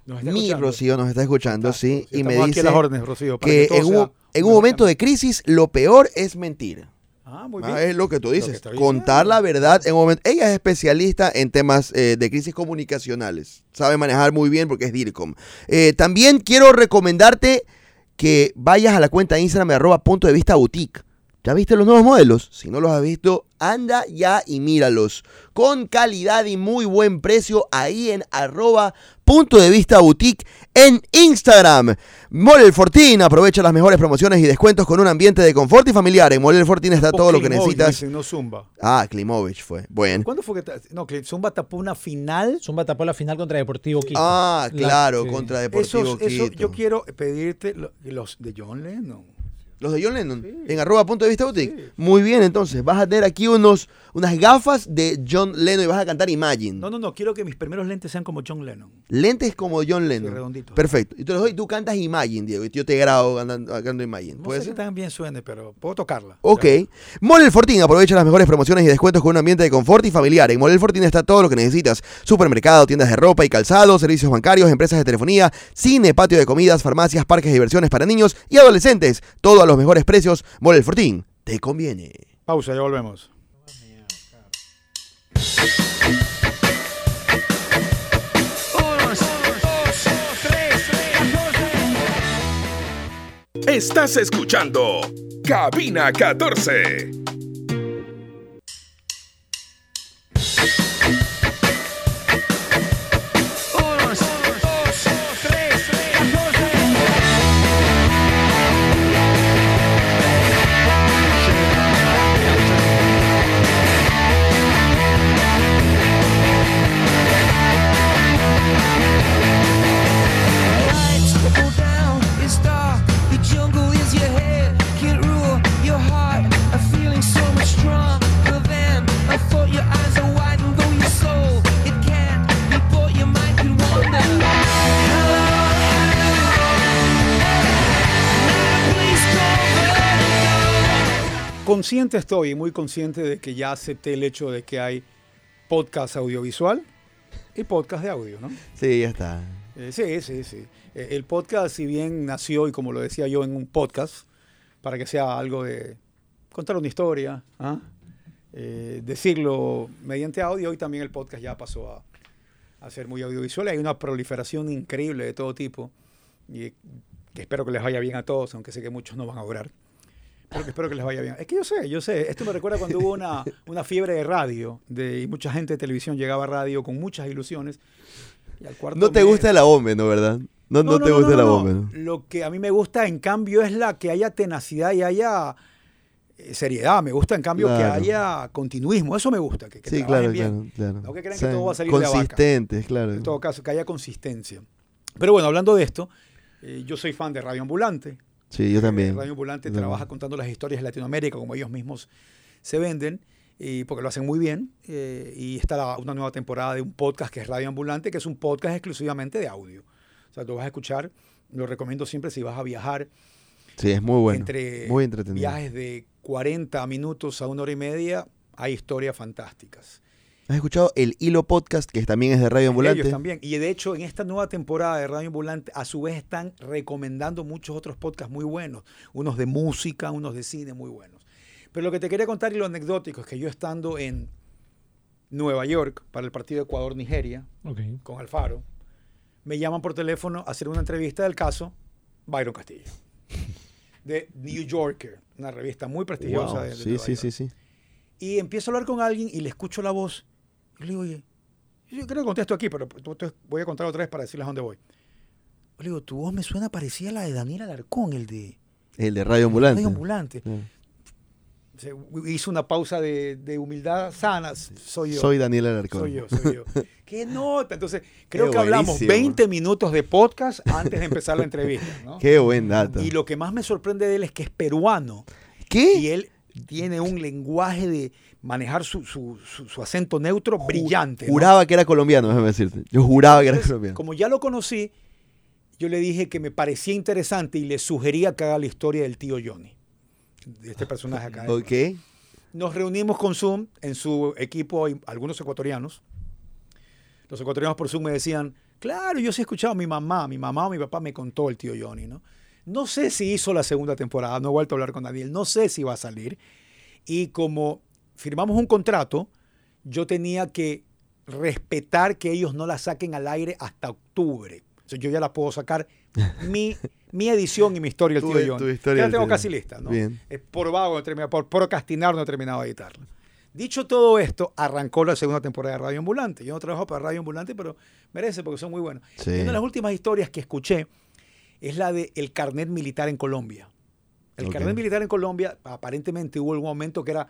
G: Nos está
E: mi
G: escuchando.
E: Rocío nos está escuchando, sí, y me
G: Estamos aquí
E: dice
G: a las órdenes, Rocío, para
E: que
G: todo
E: en un,
G: sea
E: en un
G: una-
E: momento de crisis lo peor es mentir.
G: Ah, muy
E: Ah,
G: bien.
E: es lo que tú
G: que
E: dices.
G: está diciendo.
E: Contar la verdad en un momento. Ella es especialista en temas eh, de crisis comunicacionales. Sabe manejar muy bien porque es DIRCOM. Eh, también quiero recomendarte que vayas a la cuenta de Instagram de arroba punto de vista boutique. ¿Ya viste los nuevos modelos? Si no los has visto, anda ya y míralos. Con calidad y muy buen precio ahí en arroba punto de vista boutique en Instagram. Morel Fortín aprovecha las mejores promociones y descuentos con un ambiente de confort y familiar. En Morel Fortín está todo lo que
G: Climovich,
E: necesitas.
G: dicen, no Zumba.
E: Ah, Klimovich fue. Bueno.
G: ¿Cuándo fue que ta- no, que Zumba tapó una final?
D: Zumba tapó la final contra Deportivo Quito.
E: Ah,
D: La-
E: claro,
D: sí.
E: contra Deportivo
G: Esos- eso,
E: Quito.
G: yo quiero pedirte lo- los de John Lennon.
E: Los de John Lennon, en arroba punto de vista boutique. Muy bien, entonces, vas a tener aquí unos, unas gafas de John Lennon y vas a cantar Imagine.
G: No, no, no, quiero que mis primeros lentes sean como John Lennon.
E: Lentes como John Lennon.
G: redonditos.
E: Perfecto. Y te los doy, tú cantas Imagine, Diego, y yo te grabo cantando, cantando Imagine.
G: No
E: ¿Puede
G: sé
E: ser?
G: que también suene, pero puedo tocarla.
E: Ok. Morel Fortín aprovecha las mejores promociones y descuentos con un ambiente de confort y familiar. En Morel Fortín está todo lo que necesitas: supermercado, tiendas de ropa y calzado, servicios bancarios, empresas de telefonía, cine, patio de comidas, farmacias, parques de diversiones para niños y adolescentes. Todo a los mejores precios, Morel Fortín, te conviene.
G: Pausa, ya volvemos.
A: Estás escuchando Cabina 14.
C: Lights go down, it's dark. The jungle is your head, can't rule your heart. A feeling so much stronger than I thought. Your eyes are wide and though your soul it can't be bought, your mind can wander. Please
G: Consciente estoy, muy consciente de que ya acepté el hecho de que hay podcast audiovisual y podcast de audio, ¿no?
E: Sí, ya está.
G: Eh, sí, sí, sí. Eh, el podcast, si bien nació, y como lo decía yo, en un podcast, para que sea algo de contar una historia, ¿ah? Eh, decirlo mediante audio, hoy también el podcast ya pasó a, a ser muy audiovisual. Hay una proliferación increíble de todo tipo, y que espero que les vaya bien a todos, aunque sé que muchos no van a orar. Pero que espero que les vaya bien. Es que yo sé, yo sé. Esto me recuerda cuando hubo una, una fiebre de radio de, y mucha gente de televisión llegaba a radio con muchas ilusiones. y al cuarto
E: No te
G: mes-
E: gusta la bomba, ¿no, verdad? No, no, te gusta
G: no,
E: la
G: no.
E: bomba. ¿no?
G: Lo que a mí me gusta, en cambio, es la que haya tenacidad y haya eh, seriedad. Me gusta, en cambio, que
E: Claro.
G: haya continuismo. Eso me gusta. Que, que
E: Sí,
G: trabajen
E: claro,
G: bien.
E: claro, claro.
G: No que crean que
E: Sean
G: todo va a salir de la vaca.
E: Consistentes, claro.
G: En todo caso, que haya consistencia. Pero bueno, hablando de esto, eh, yo soy fan de Radio Ambulante.
E: Sí, yo también.
G: Radio Ambulante
E: Yo
G: trabaja
E: también.
G: contando las historias de Latinoamérica, como ellos mismos se venden, y porque lo hacen muy bien. eh, y está la- una nueva temporada de un podcast que es Radio Ambulante, que es un podcast exclusivamente de audio. O sea, tú vas a escuchar, lo recomiendo siempre si vas a viajar
E: Sí, es muy bueno.
G: entre
E: muy entretenido.
G: viajes de 40 minutos a una hora y media, hay historias fantásticas.
E: ¿Has escuchado el Hilo Podcast, que también es de Radio Ambulante?
G: Ellos también. Y de hecho, en esta nueva temporada de Radio Ambulante, a su vez están recomendando muchos otros podcasts muy buenos. Unos de música, unos de cine muy buenos. Pero lo que te quería contar y lo anecdótico es que yo estando en Nueva York para el partido Ecuador-Nigeria
D: Ok.
G: con Alfaro, me llaman por teléfono a hacer una entrevista del caso Byron Castillo. De New Yorker, una revista muy prestigiosa
E: Wow,
G: de, de
E: sí,
G: Nueva
E: sí,
G: York
E: sí, sí.
G: y empiezo a hablar con alguien y le escucho la voz. Y le digo, oye, yo creo que contesto aquí, pero tú- tú- voy a contar otra vez para decirles a dónde voy. Le digo, tu voz me suena parecida a la de Daniel Alarcón, el de
E: El de Radio Ambulante.
G: Radio Ambulante.
E: Claro.
G: Se hizo una pausa de, de humildad sana. S- Soy yo.
E: Soy Daniel Alarcón.
G: soy yo, soy yo. ¿Qué nota? Entonces, creo
E: Qué
G: que hablamos
E: buenísimo.
G: 20 minutos de podcast antes de empezar la entrevista. ¿no?
E: Qué buen dato.
G: Y lo que más me sorprende de él es que es peruano. Y
E: ¿Qué?
G: él tiene un lenguaje de manejar su, su- su- su acento neutro brillante. este, ¿no?
E: Juraba que era colombiano, déjame decirte. Yo juraba que era
G: Entonces,
E: colombiano.
G: como ya lo conocí, yo le dije que me parecía interesante y le sugería que haga la historia del tío Johnny, de este personaje acá.
E: Ok.
G: Nos reunimos con Zoom, en su equipo hay algunos ecuatorianos. Los ecuatorianos por Zoom me decían, claro, yo sí he escuchado a mi mamá, mi mamá o mi papá me contó el tío Johnny, ¿no? No sé si hizo la segunda temporada, no he vuelto a hablar con Daniel, no sé si va a salir. Y como firmamos un contrato, yo tenía que respetar que ellos no la saquen al aire hasta octubre. O sea, yo ya la puedo sacar mi, mi edición y mi historia, el
E: Tu-
G: tío
E: tu
G: Johnny.
E: historia
G: ya la
E: del
G: tengo
E: tío
G: casi
E: Johnny.
G: lista, ¿no?
E: Bien.
G: Eh, por vago, no he terminado, por procrastinar no he terminado de editarla. Dicho todo esto, arrancó la segunda temporada de Radio Ambulante. Yo no trabajo para Radio Ambulante, pero merece porque son muy buenos.
E: Sí.
G: Y Una de las últimas historias que escuché es la de el carnet militar en Colombia. El
E: Ok.
G: carnet militar en Colombia, aparentemente hubo algún momento que era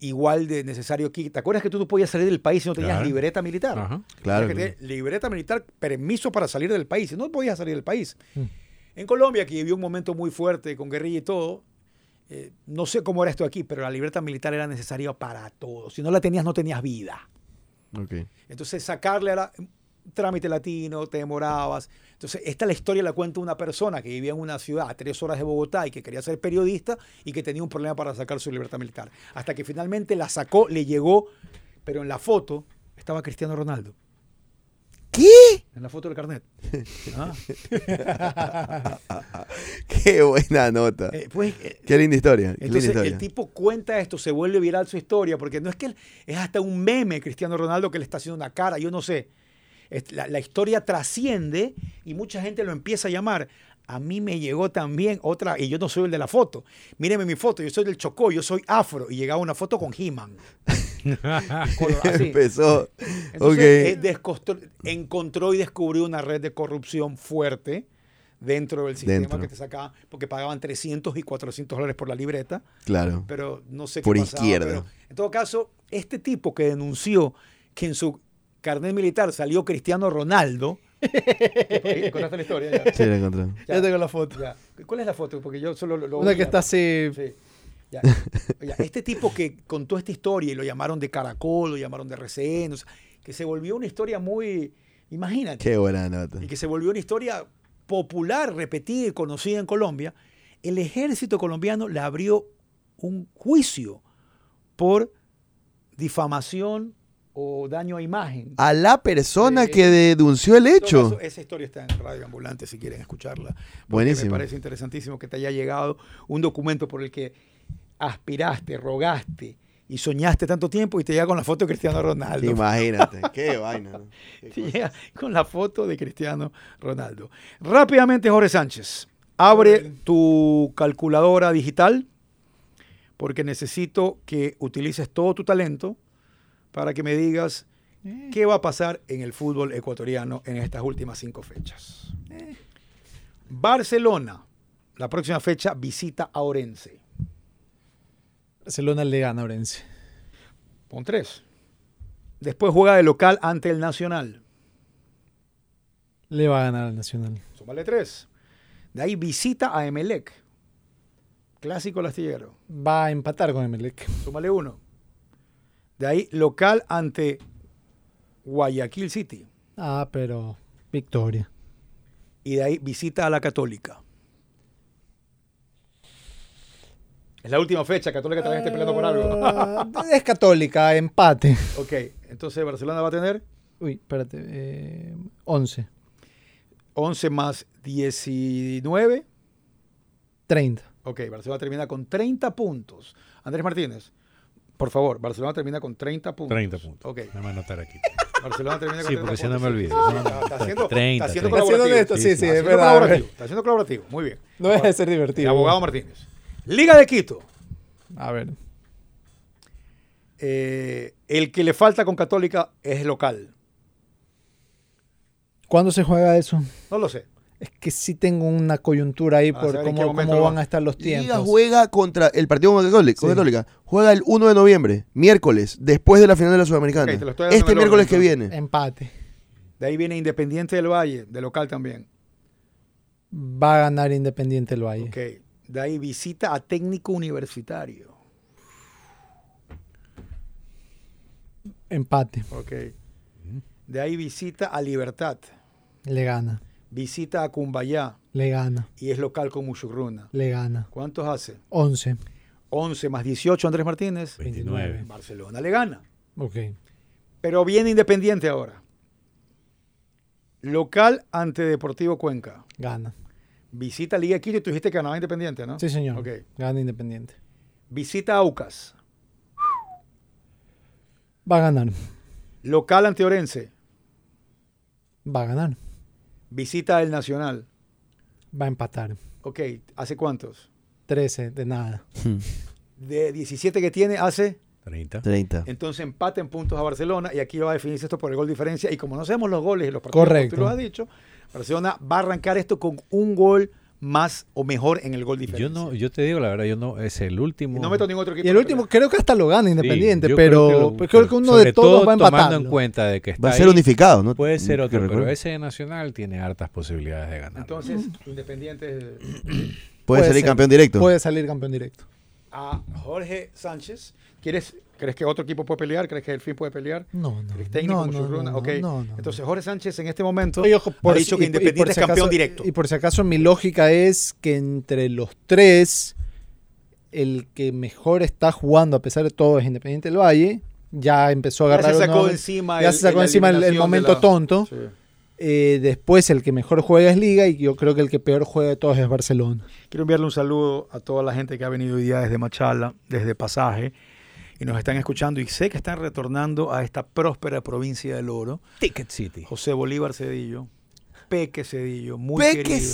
G: igual de necesario aquí. ¿Te acuerdas que tú no podías salir del país si no tenías
F: Claro.
G: libreta militar?
F: Ajá.
E: Claro.
G: Tenías que
E: claro.
G: tener libreta militar, permiso para salir del país. Si No podías salir del país.
D: Mm.
G: En Colombia, que vivió un momento muy fuerte con guerrilla y todo, eh, no sé cómo era esto aquí, pero la libreta militar era necesaria para todo. Si no la tenías, no tenías vida.
E: Ok.
G: Entonces, sacarle era un trámite latino, te demorabas. Entonces, esta es la historia la cuenta una persona que vivía en una ciudad a tres horas de Bogotá y que quería ser periodista y que tenía un problema para sacar su libertad militar. Hasta que finalmente la sacó, le llegó, pero en la foto estaba Cristiano Ronaldo. ¿Qué? En la foto del carnet. Ah.
E: Qué buena nota.
G: Eh, pues, eh,
E: Qué linda historia. Qué
G: Entonces
E: linda historia.
G: el tipo cuenta esto, se vuelve viral su historia, porque no es que él- es hasta un meme Cristiano Ronaldo que le está haciendo una cara, yo no sé. Es- La, la historia trasciende y mucha gente lo empieza a llamar. A mí me llegó también otra, y yo no soy el de la foto. Míreme mi foto, yo soy del Chocó, yo soy afro, y llegaba una foto con He-Man. Color- así.
E: Empezó.
G: ah, Entonces, eh,
E: ok.
G: descostru- encontró y descubrió una red de corrupción fuerte dentro del sistema
E: Dentro.
G: que te sacaban, porque pagaban 300 y 400 dólares por la libreta,
E: claro.
G: pero no sé
E: Por
G: qué pasaba,
E: izquierda.
G: pero en todo caso, este tipo que denunció que en su carnet militar salió Cristiano Ronaldo. Ahí ¿Contaste la historia? ya.
E: Sí, la encontré.
D: Ya tengo la foto.
G: Ya. ¿Cuál es la foto? Porque yo solo lo, lo
D: Una
G: vi,
D: que
G: ya.
D: está hace.
G: Sí. Ya. Ya, Este tipo que contó esta historia y lo llamaron de Caracol, lo llamaron de RCN, o sea, que se volvió una historia muy, imagínate,
E: Qué buena nota.
G: y que se volvió una historia popular, repetida y conocida en Colombia, el ejército colombiano le abrió un juicio por difamación o daño a imagen.
E: A la persona
G: Sí.
E: que denunció el
G: En todo
E: hecho.
G: caso, esa historia está en Radio Ambulante si quieren escucharla. porque
E: Buenísimo.
G: Me parece interesantísimo que te haya llegado un documento por el que aspiraste, rogaste y soñaste tanto tiempo y te llega con la foto de Cristiano Ronaldo.
E: Imagínate. Qué vaina. ¿no? Qué
G: Te
E: cosa.
G: llega con la foto de Cristiano Ronaldo. Rápidamente, Jorge Sánchez, abre tu calculadora digital porque necesito que utilices todo tu talento para que me digas
E: Eh.
G: qué va a pasar en el fútbol ecuatoriano en estas últimas cinco fechas.
E: Eh.
G: Barcelona, la próxima fecha visita a Orense.
D: Barcelona le gana a Orense.
G: Pon tres. Después juega de local ante el Nacional.
D: Le va a ganar al Nacional.
G: Súmale tres. De ahí visita a Emelec. Clásico el astillero.
D: Va a empatar con Emelec.
G: Súmale uno. De ahí local ante Guayaquil City.
D: Ah, pero. Victoria.
G: Y de ahí visita a la Católica. Es la última fecha. Católica también está peleando por algo.
D: Ah, es católica, empate.
G: ok, entonces Barcelona va a tener
D: Uy, espérate. eh, 11.
G: 11 más 19.
D: 30.
G: Ok, Barcelona termina con 30 puntos. Andrés Martínez, por favor, Barcelona termina con 30 puntos.
F: 30 puntos.
G: Ok.
F: Nada más anotar aquí.
G: Barcelona termina con
F: Sí,
G: 30
F: porque si no
G: puntos.
F: me olvido.
G: Sí,
F: No,
G: está- está haciendo-
F: 30,
G: Está haciendo
F: 30.
G: colaborativo.
D: honesto,
F: sí,
G: Está haciendo colaborativo, Está haciendo colaborativo. Muy bien.
D: No deja de ser
G: El
D: divertido.
G: abogado Martínez. Liga de Quito.
D: A ver.
G: Eh, el que le falta con Católica es local.
D: ¿Cuándo se juega eso?
G: No lo sé.
D: Es que sí tengo una coyuntura ahí
G: A
D: por
G: saber Ah, en qué
D: cómo,
G: momento
D: cómo
G: va.
D: van a estar los
E: Liga
D: tiempos.
E: juega contra el partido con Católica, con
D: Sí.
E: Católica. Juega el 1 de noviembre, miércoles, después de la final de la Sudamericana.
G: Ok, te lo estoy dando en
E: este
G: el
E: miércoles
G: orden,
E: que
G: entonces.
E: viene.
D: Empate.
G: De ahí viene Independiente del Valle, de local también.
D: Va a ganar Independiente el Valle.
G: Ok. De ahí visita a técnico universitario.
D: Empate.
G: Ok. De ahí visita a Libertad.
D: Le gana.
G: Visita a Cumbayá
D: Le gana.
G: y es local con Muchurruna.
D: Le gana.
G: ¿Cuántos hace?
D: 11.
G: 11 más 18, Andrés Martínez.
F: 29.
G: Barcelona le gana.
D: Ok.
G: Pero viene Independiente ahora. Local ante Deportivo Cuenca.
D: Gana.
G: Visita Liga de Quito y tú dijiste que ganaba Independiente, ¿no?
D: Sí, señor.
G: Ok.
D: Gana Independiente.
G: Visita Aucas.
D: Va a ganar.
G: Local ante Orense.
D: Va a ganar.
G: Visita el Nacional.
D: Va a empatar.
G: Ok, ¿hace cuántos?
D: 13. De nada.
G: De 17 que tiene, hace.
F: 30.
E: 30.
G: Entonces empate en puntos a Barcelona y aquí va a definirse esto por el gol diferencia. Y como no sabemos los goles y los partidos, como
D: Correcto.
G: tú lo has dicho, Barcelona va a arrancar esto con un gol más o mejor en el gol
F: Yo
G: diferencia.
F: no, yo te digo la verdad, yo no es el
G: Y
F: último.
G: no meto ningún otro equipo.
D: Y el último, creo que hasta lo gana Independiente,
F: Sí, yo
D: pero
F: creo que,
D: pero creo que uno
F: sobre
D: de todos
F: todo
D: va a
F: tomando en
D: empatar.
F: cuenta de que está
E: Va a ser
F: ahí,
E: unificado, ¿no?
F: Puede ser
E: Que
F: otro, pero
E: recuerdo.
F: ese de Nacional tiene hartas posibilidades de ganar.
G: Entonces, Independiente
E: Puede,
D: puede
E: salir
D: ser.
E: campeón directo.
D: Puede salir campeón directo.
G: a Jorge Sánchez. ¿Quieres, ¿Crees que otro equipo puede pelear? ¿Crees que el fin puede pelear?
D: No, no.
G: ¿El técnico
D: no,
G: como
D: no,
G: su runa?
D: no,
G: Ok.
D: no, no, no.
G: Entonces, Jorge Sánchez en este momento
D: Oye, ojo,
G: ha
D: por
G: dicho
D: si-
G: que
D: y por- y
G: Independiente
D: por si
G: es campeón
D: acaso-
G: directo.
D: Y por si acaso mi lógica es que entre los tres, el que mejor está jugando a pesar de todo es Independiente del Valle. Ya empezó a
G: Ya
D: agarrar
G: se sacó
D: una-
G: encima
D: ya
G: el-
D: se sacó
G: la
D: encima el, el
G: eliminación de
D: momento
G: la-
D: tonto.
G: Sí.
D: Eh, después el que mejor juega es Liga y yo creo que el que peor juega de todos es Barcelona.
G: Quiero enviarle un saludo a toda la gente que ha venido hoy día desde Machala, desde Pasaje, y nos están escuchando y sé que están retornando a esta próspera provincia del oro.
F: Ticket City.
G: José Bolívar Cedillo, Peque Cedillo, muy
E: Peque
G: querido, muy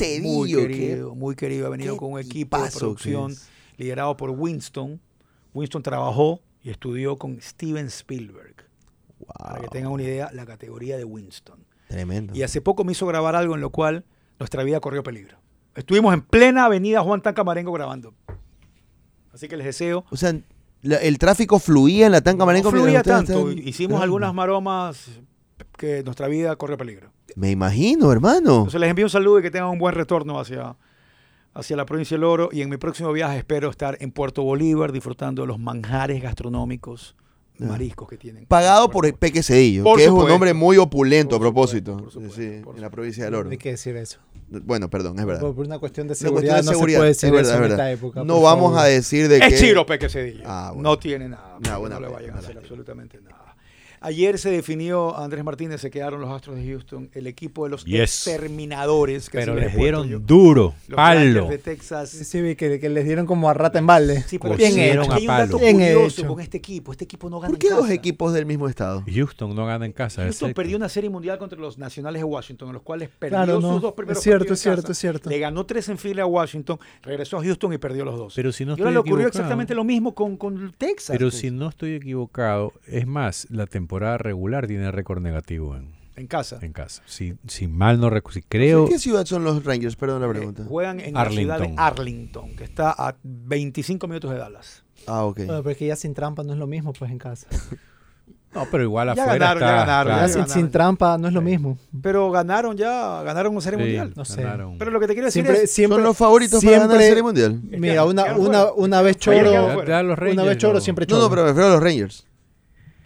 E: Cedillo,
G: querido, muy querido, ha venido
E: qué
G: con un equipo de
E: tipazo que
G: producción
E: es.
G: liderado por Winston. Winston trabajó y estudió con Steven Spielberg. Para que tengan una idea, la categoría de Winston.
E: Tremendo.
G: Y hace poco me hizo grabar algo en lo cual nuestra vida corrió peligro. Estuvimos en plena avenida Juan Tancamarengo grabando. Así que les deseo.
E: O sea, la- el tráfico fluía en la Tanca
G: No
E: Marenco. mientras
G: fluía
E: ustedes
G: tanto.
E: estaban-
G: Hicimos algunas maromas que nuestra vida corrió peligro.
E: Me imagino, hermano.
G: Entonces les envío un saludo y que tengan un buen retorno hacia, hacia la provincia del Oro. Y en mi próximo viaje espero estar en Puerto Bolívar disfrutando de los manjares gastronómicos mariscos que tienen.
E: Ah. Pagado por
G: Puerto
E: Peque Cedillo,
G: Por
E: que es un
G: supuesto.
E: hombre muy opulento a
G: Por
E: propósito.
G: supuesto, por supuesto,
E: sí,
G: por
E: en la
G: supuesto.
E: provincia del Oro.
D: Hay que decir eso.
E: Bueno, perdón, es verdad.
D: Por, por una cuestión de
E: Una
D: seguridad,
E: cuestión de seguridad,
D: no se
E: es
D: puede decir
E: verdad,
D: eso en
E: es
D: esta
E: verdad.
D: época.
E: no
D: por
E: vamos
D: favor.
E: a decir de que
G: Es Chiro Peque Cedillo.
E: Ah, bueno.
G: No tiene nada.
E: Una buena
G: no le
E: pena,
G: vayan a
E: una
G: hacer
E: lástima.
G: absolutamente nada. Ayer se definió Andrés Martínez, se quedaron los Astros de Houston, el equipo de los
F: Yes.
G: exterminadores. Que
F: Pero
G: así
F: les
G: he puesto
F: dieron
G: yo.
F: duro,
G: Los
F: palo.
G: Rangers de Texas.
D: Sí, vi que, que les dieron como a rata en balde.
G: Sí, pero
D: Bien
G: sí,
F: Cosieron
D: hecho.
G: aquí hay un
F: a
G: dato
F: palo.
D: Bien
G: curioso
D: hecho.
G: con este equipo. Este equipo no gana
E: ¿Por qué
G: en
E: dos
G: casa.
E: equipos del mismo estado?
F: Houston no gana en casa.
G: Houston
F: exacto.
G: perdió una serie mundial contra los nacionales de Washington, en los cuales perdió
D: Claro, no.
G: sus dos primeros
D: Es cierto,
G: partidos
D: es
G: en
D: cierto,
G: casa.
D: es cierto.
G: Le ganó tres en fila a Washington, regresó a Houston y perdió los dos.
F: Pero si no
G: y ahora
F: estoy
G: le ocurrió
F: equivocado.
G: exactamente lo mismo con, con Texas.
F: Pero
G: pues,
F: si no estoy equivocado, es más, la temporada regular tiene récord negativo en,
G: En casa. Eh,
F: en casa. Si, si mal no recu- si creo,
E: ¿Qué ciudad son los Rangers? Perdón la
G: Eh,
E: pregunta.
G: juegan en la ciudad de
F: Arlington.
G: Arlington, que está a 25 minutos de Dallas.
E: Ah, ok.
D: Bueno, pero es que ya sin trampa no es lo mismo, pues en casa.
F: no, pero igual
G: Ya
F: afuera
G: ganaron, ya
F: está-
G: ganaron,
D: Ya
F: claro,
D: sin,
G: ganaron.
D: sin trampa no es lo mismo.
G: Pero ganaron ya, ganaron una serie
F: sí,
G: mundial.
D: No sé.
F: ganaron.
G: Pero lo que te quiero decir
D: Siempre,
G: es,
D: siempre,
E: ¿Son los favoritos para ganar la Serie Mundial?
D: Mira, una,
G: Quedaron
D: una,
G: fuera.
D: una vez
F: Oye,
G: Ayer
D: choro,
F: ya-
G: quedaron
F: ya los
D: una
F: Rangers,
D: vez choro,
F: no.
D: siempre
E: No,
D: choro.
E: no, pero me refiero a los Rangers.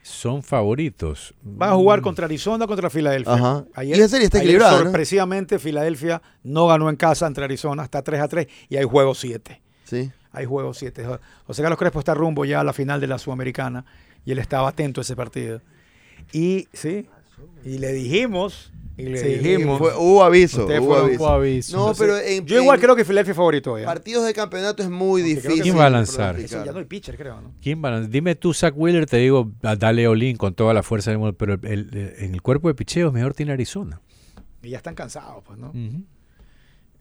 F: son favoritos.
G: van a jugar contra Arizona, contra Filadelfia.
E: Mm. Ajá. Y la serie está
G: ayer
E: equilibrada, ¿no?
G: sorpresivamente, Filadelfia no ganó en casa entre Arizona, está 3 a 3 y hay juego 7.
E: Sí.
G: Hay juego 7. José Carlos Crespo está rumbo ya a la final de la Sudamericana y él estaba atento a ese partido. Y sí, y le dijimos, y le
D: Sí,
G: dijimos.
E: Fue- hubo aviso.
G: Ustedes
E: Hubo
G: fueron
E: aviso.
D: Hubo aviso.
E: No, pero en,
G: yo igual
E: en
G: creo que Filadelfia es favorito. ¿eh?
E: partidos de campeonato es muy
G: Aunque creo que
E: difícil.
F: ¿Quién va a lanzar?
E: pronosticar.
G: Eso ya no hay pitcher, creo, ¿no?
F: ¿Quién balan- Dime tú, Zach Wheeler, te digo, a- dale Olin con toda la fuerza del mundo, pero el- el- en el cuerpo de picheos mejor tiene Arizona.
G: Y ya están cansados, pues, ¿no?
F: Ujú.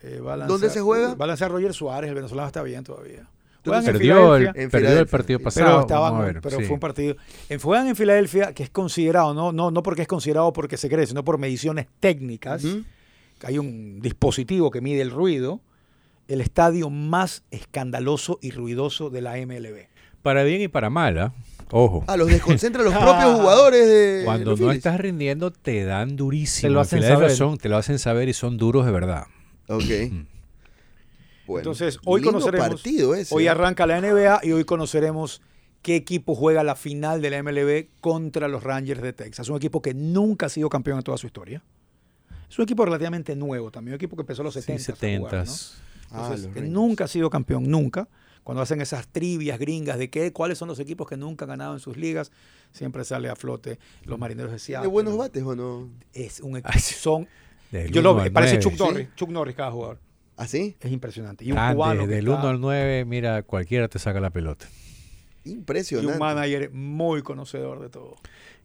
G: Eh, va a lanzar-
E: ¿Dónde se juega?
G: Va a lanzar Roger Suárez, el venezolano está bien todavía. Juegan en
F: Perdió, el,
G: Filadelfia,
E: En
F: perdió el
E: Filadelfia.
F: partido
E: Pero
F: pasado.
G: pero, estaban,
F: vamos a ver,
G: pero
F: sí.
G: fue un partido. En, juegan en Filadelfia, que es considerado, no, no, no porque es considerado porque se cree, sino por mediciones técnicas.
E: Ujú.
G: Hay un dispositivo que mide el ruido. El estadio más escandaloso y ruidoso de la MLB.
F: Para bien y para mala, ojo.
E: Ah, los desconcentran los propios jugadores de.
F: Cuando
E: los
F: no
E: Phillies.
F: estás rindiendo, te dan durísimo.
D: Te lo
F: En
D: hacen
F: Filadelfia
D: saber.
F: son- te lo hacen saber y son duros de verdad.
E: Ok. Mm. Bueno,
G: Entonces, hoy
E: lindo
G: conoceremos.
E: partido ese. ¿eh? ¿ah?
G: Hoy arranca la NBA y hoy conoceremos qué equipo juega la final de la MLB contra los Rangers de Texas. Un equipo que nunca ha sido campeón en toda su historia. Es un equipo relativamente nuevo también, un equipo que empezó en los 70.
F: Sí,
G: 70
F: setentas.
E: Ah,
G: Entonces,
E: los
G: que
E: Rangers.
G: nunca ha sido campeón, nunca. Cuando hacen esas trivias gringas de qué, cuáles son los equipos que nunca han ganado en sus ligas, siempre sale a flote los marineros de
E: ¿Tiene
G: Seattle.
E: buenos bates o no?
G: Es un equ-
F: Ay, sí.
G: son,
F: Del
G: yo lo
F: uno
G: veo,
F: al
G: parece
F: nueve.
G: Chuck Norris, Chuck Norris cada jugador.
E: ¿Así?
G: Es impresionante. Y un
F: Grande,
G: cubano que
F: del
G: está-
F: 1 al 9, mira, cualquiera te saca la pelota.
G: y un
E: Impresionante. Ah,
G: manager muy conocedor de todo.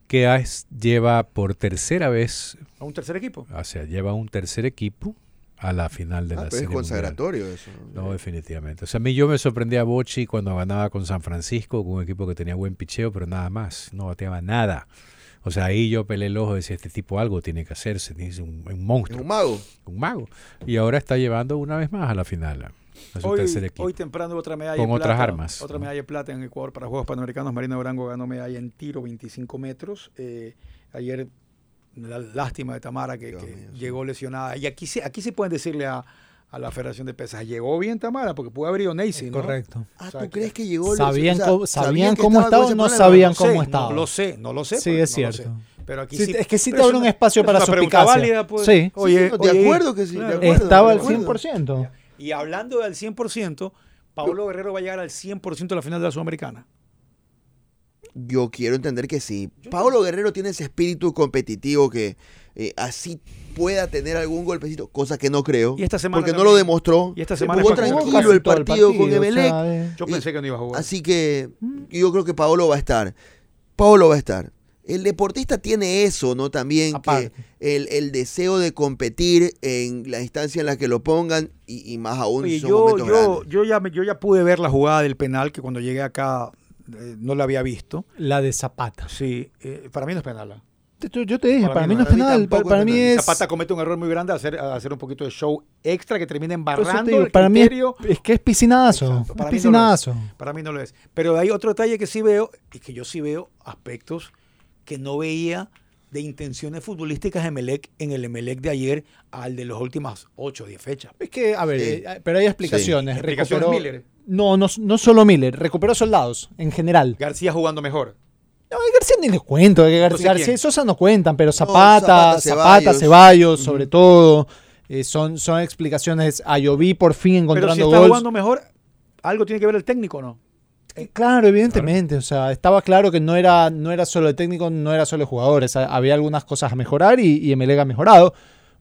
F: Que AES lleva por tercera vez,
G: A un tercer equipo.
F: o sea, lleva un tercer equipo a la final de
E: Ah,
F: la
E: pero
F: serie
E: es consagratorio eso.
F: mundial. No, definitivamente. O sea, a mí yo me sorprendí a Bochi cuando ganaba con San Francisco, con un equipo que tenía buen picheo, pero nada más, no bateaba nada. O sea, ahí yo pelé el ojo y decía, este tipo algo tiene que hacerse, es un, un
E: Es
F: monstruo,
E: un mago.
F: un mago. Y ahora está llevando una vez más a la final, a su
G: Hoy,
F: tercer equipo.
G: hoy temprano otra medalla
F: Con
G: de plata,
F: otras armas,
G: Otra
F: ¿no?
G: medalla de plata en Ecuador para Juegos Panamericanos. Marina Durango ganó medalla en tiro 25 metros. Eh, ayer la lástima de Tamara que,
E: Dios
G: que
E: mío, sí.
G: llegó lesionada. Y aquí sí, aquí sí pueden decirle a, a la Federación de Pesas, llegó bien Tamara porque pudo haber ido Neisy, ¿no?
D: Correcto.
E: Ah,
G: sea,
E: ¿tú
G: que-
E: crees que llegó?
D: Sabían
E: o sea,
D: cómo- sabían
E: que
D: cómo
E: con
D: estaba
E: ese
D: o no
E: problema?
G: No
D: sabían? Vean
G: sé,
D: cómo
G: no
D: estaba.
G: lo sé, no lo sé.
D: Sí,
G: porque
D: es
G: no lo sé.
D: cierto.
G: Pero aquí
D: Sí,
G: sí,
D: es que sí te
G: pero
D: abre
G: es
D: un
G: una-
D: espacio
G: es
D: para
G: una pregunta
D: suspicacia.
G: válida, pues.
D: Sí. Sí,
E: sí, no, de acuerdo que sí, de
G: claro.
E: acuerdo.
D: Estaba al
E: de acuerdo.
D: 100%.
G: Y hablando del 100%, Pablo Guerrero va a llegar al 100% de la final de la Sudamericana.
E: Yo quiero entender que sí. Pablo Guerrero tiene ese espíritu competitivo que eh, así pueda tener algún golpecito, cosa que no creo.
G: Y esta semana
E: porque no
G: también.
E: lo demostró.
G: Y esta
E: Se
G: semana
E: jugó
G: fue como
E: tranquilo
D: casi
E: el
D: todo
E: partido,
D: el
E: con
D: partido, o
E: Emelec.
D: sea, eh.
G: Yo
E: Y-
G: pensé que no iba a jugar.
E: Así que
D: Mm.
E: yo creo que Paolo va a estar. Paolo va a estar. El deportista tiene eso, ¿no? También que
D: Aparte.
E: el, el deseo de competir en la instancia en la que lo pongan y, y más aún
G: Oye,
E: son
G: yo,
E: momentos
G: yo,
E: grandes.
G: yo, ya, me- yo ya pude ver la jugada del penal que cuando llegué acá eh, no la había visto.
D: La de Zapata.
G: Sí, eh, para mí no es penal. ¿ah?
D: Yo, yo te dije, para, mí no es
E: para mí
D: penal, para,
E: tampoco
D: para
E: es
D: mí
E: penal.
D: es...
G: Zapata comete un error muy grande al hacer, al hacer un poquito de show extra que termina
D: por eso te
G: embarrando
D: digo,
G: el
D: para mí es,
G: criterio.
D: es que es piscinazo,
G: Exacto,
D: es
G: para mí no lo es.
D: piscinazo.
G: Para mí no lo es. Pero hay otro detalle que sí veo, y que yo sí veo aspectos que no veía de intenciones futbolísticas de Emelec en el Emelec de ayer al de las últimas 8 o 10 fechas.
D: Es que, a ver,
E: Sí.
D: eh, pero hay explicaciones.
G: Explicaciones
D: Recuperó-
G: Miller.
D: No, no, no solo Miller, recuperó soldados en general.
G: García jugando mejor.
D: No, y García ni les cuento, eh, que Gar-
G: Entonces, ¿quién?
D: García y Sosa no cuentan, pero Zapata,
E: Zapata,
D: Zapata,
E: Ceballos.
D: Ceballos, sobre todo, eh, son, son explicaciones. Ayoví por fin
G: Pero si
D: encontrando
G: está
D: gols.
G: jugando mejor, algo tiene que ver el técnico, ¿no?
D: Eh, Claro, evidentemente, o sea, estaba claro que no era, no era solo el técnico, no era solo el jugador, o sea, había algunas cosas a mejorar y, y Emelec ha mejorado.